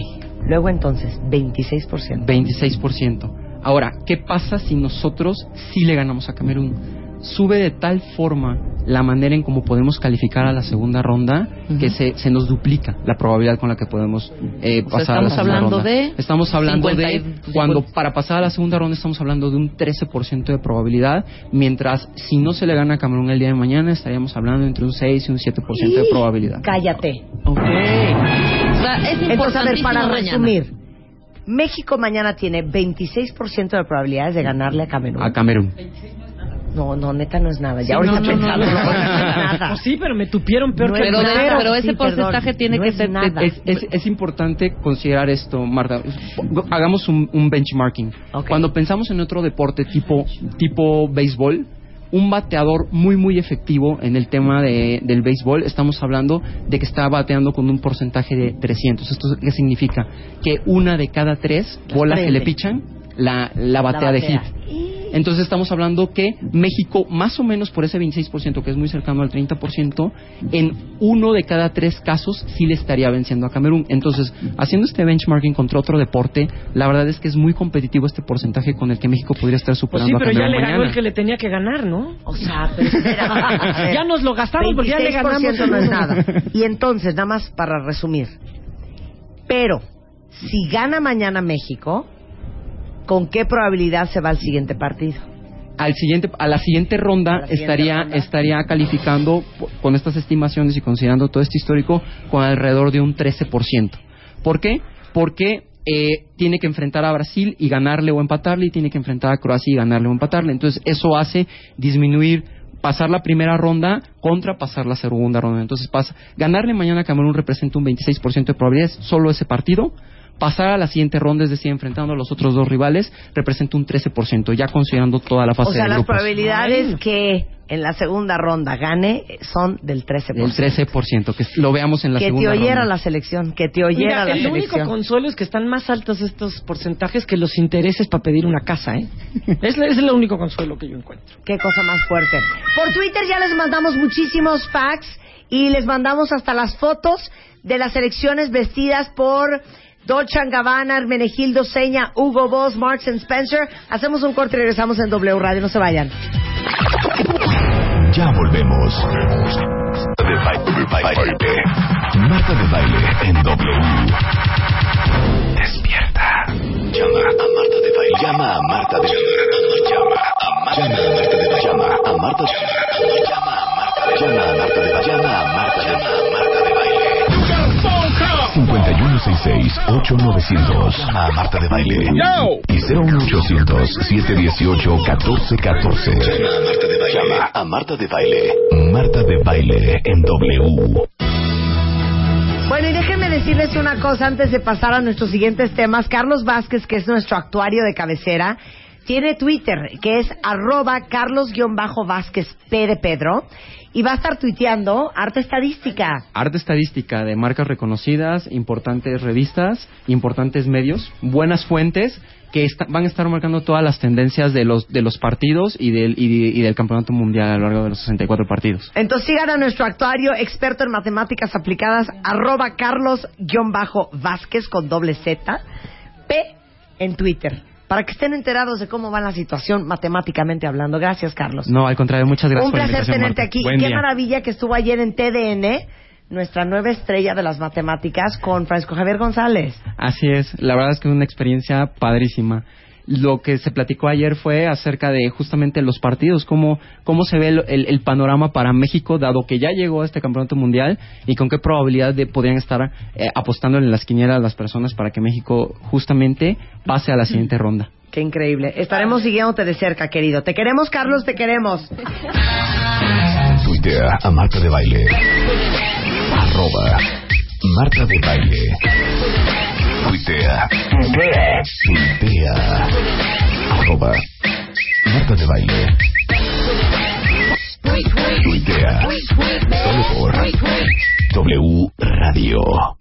S3: Luego entonces, 26%.
S10: 26%. Ahora, ¿qué pasa si nosotros sí le ganamos a Camerún? Sube de tal forma la manera en cómo podemos calificar a la segunda ronda que se, se nos duplica la probabilidad con la que podemos eh,
S4: O sea,
S10: pasar a la
S4: estamos
S10: segunda
S4: hablando
S10: ronda.
S4: de
S10: Estamos hablando
S4: 50 y-
S10: de cuando para pasar a la segunda ronda estamos hablando de un 13% de probabilidad, mientras si no se le gana a Camerún el día de mañana estaríamos hablando entre un 6 y un 7% de probabilidad.
S3: Cállate.
S4: O sea, es
S3: Entonces, a ver,
S4: importantísimo
S3: para
S4: mañana.
S3: resumir. México mañana tiene 26% de probabilidades de ganarle a Camerún.
S10: A Camerún.
S3: No, no, neta no es nada. Ya
S5: Sí,
S3: ahorita
S5: no, no, no,
S3: pensando,
S5: no.
S3: no, voy a hacer nada.
S5: Pues sí, pero me tupieron peor
S3: No
S5: que
S3: es
S5: el
S4: Pero, de-
S3: nada.
S5: primero.
S4: pero ese
S3: sí,
S4: porcentaje
S3: perdón,
S4: tiene
S3: no
S4: que
S3: es
S4: ser...
S3: nada.
S10: Es, es- es importante considerar esto, Marta. Hagamos un, un benchmarking.
S3: Ok.
S10: Cuando pensamos en otro deporte tipo, tipo béisbol, un bateador muy, muy efectivo en el tema de- del béisbol, estamos hablando de que está bateando con un porcentaje de 300. ¿Esto qué significa? Que una de cada tres bolas que
S3: prende.
S10: le pichan la, la batea de hit.
S3: batea.
S10: Entonces estamos hablando que México, más o menos por ese 26%, que es muy cercano al 30%, en uno de cada tres casos sí le estaría venciendo a Camerún. Entonces, haciendo este benchmarking contra otro deporte, la verdad es que es muy competitivo este porcentaje con el que México podría estar
S5: Pues
S10: superando
S5: sí, pero
S10: a
S5: ya
S10: Camerún
S5: le ganó el
S10: mañana.
S5: que le tenía que ganar, ¿no?
S3: O sea, pero espera.
S5: Ya nos lo gastamos porque ya le ganamos.
S3: 26% no es nada. Y entonces, nada más para resumir. Pero, si gana mañana México, ¿con qué probabilidad se va al siguiente partido?
S10: Al siguiente, a la siguiente
S3: A
S10: ronda
S3: la siguiente
S10: estaría
S3: ronda.
S10: estaría calificando po- con estas estimaciones y considerando todo este histórico con alrededor de un 13%. ¿Por qué? Porque eh, tiene que enfrentar a Brasil y ganarle o empatarle y tiene que enfrentar a Croacia y ganarle o empatarle. Entonces eso hace disminuir pasar la primera ronda contra pasar la segunda ronda. Entonces pasa ganarle mañana a Camerún representa un 26% de probabilidades solo ese partido. Pasar a la siguiente ronda, es decir, enfrentando a los otros dos rivales, representa un 13%, ya considerando toda la fase
S3: O sea,
S10: de
S3: las
S10: grupos.
S3: probabilidades que en la segunda ronda gane son del 13%.
S10: El 13%, que lo veamos en la
S3: que te
S10: segunda
S3: oyera
S10: ronda.
S3: la selección, que te
S5: Mira,
S3: oyera la
S5: el único
S3: selección.
S5: consuelo es que están más altos estos porcentajes que los intereses para pedir una casa, ¿eh? Es, es el único consuelo que yo encuentro.
S3: Qué cosa más fuerte. Por Twitter ya les mandamos muchísimos facts y les mandamos hasta las fotos de las selecciones vestidas por Dolce Gabbana, Hermenegildo Seña, Hugo Boss, Marks and Spencer. Hacemos un corte y regresamos en W Radio. No se vayan.
S2: Ya volvemos. De baile, baile. Marta de baile en W. Despierta. Llama a Marta de baile. Llama a Marta de baile. Llama a Marta de baile. Llama a Marta de baile. Llama a Marta de baile. Llama a Marta de baile. Llama a Marta de baile. Llama a Marta de baile. 5166-8900. Llama a Marta de Baile. Y 01800-718-1414. Llama a Marta de Baile. Marta de Baile en W.
S3: Bueno, y déjenme decirles una cosa antes de pasar a nuestros siguientes temas. Carlos Vázquez, que es nuestro actuario de cabecera, tiene Twitter, que es arroba carlos-vázquez P de Pedro, y va a estar tuiteando arte estadística.
S10: Arte estadística de marcas reconocidas, importantes revistas, importantes medios, buenas fuentes que esta- van a estar marcando todas las tendencias de los de los partidos y del y, de- y del campeonato mundial a lo largo de los 64 partidos.
S3: Entonces sigan a nuestro actuario experto en matemáticas aplicadas, arroba carlos-vázquez con doble Z, P en Twitter, para que estén enterados de cómo va la situación matemáticamente hablando. Gracias, Carlos.
S10: No, al contrario, muchas gracias
S3: Un
S10: por la
S3: placer
S10: invitación,
S3: tenerte
S10: Marta.
S3: aquí.
S10: Buen
S3: Qué
S10: día.
S3: maravilla que estuvo ayer en TDN, nuestra nueva estrella de las matemáticas, con Francisco Javier González.
S10: Así es, la verdad es que es una experiencia padrísima. Lo que se platicó ayer fue acerca de justamente los partidos, cómo, cómo se ve el, el- el panorama para México, dado que ya llegó a este campeonato mundial y con qué probabilidad de, podrían estar eh, apostando en las quinielas las personas para que México justamente pase a la siguiente ronda.
S3: Qué increíble. Estaremos siguiéndote de cerca, querido. Te queremos, Carlos, te queremos.
S2: Tuitea a Marta de Baile. Arroba Marta de Baile. Tuitea. Tuitea. Tuitea. Arroba Marta de Baile. Tuitea. Solo por W Radio.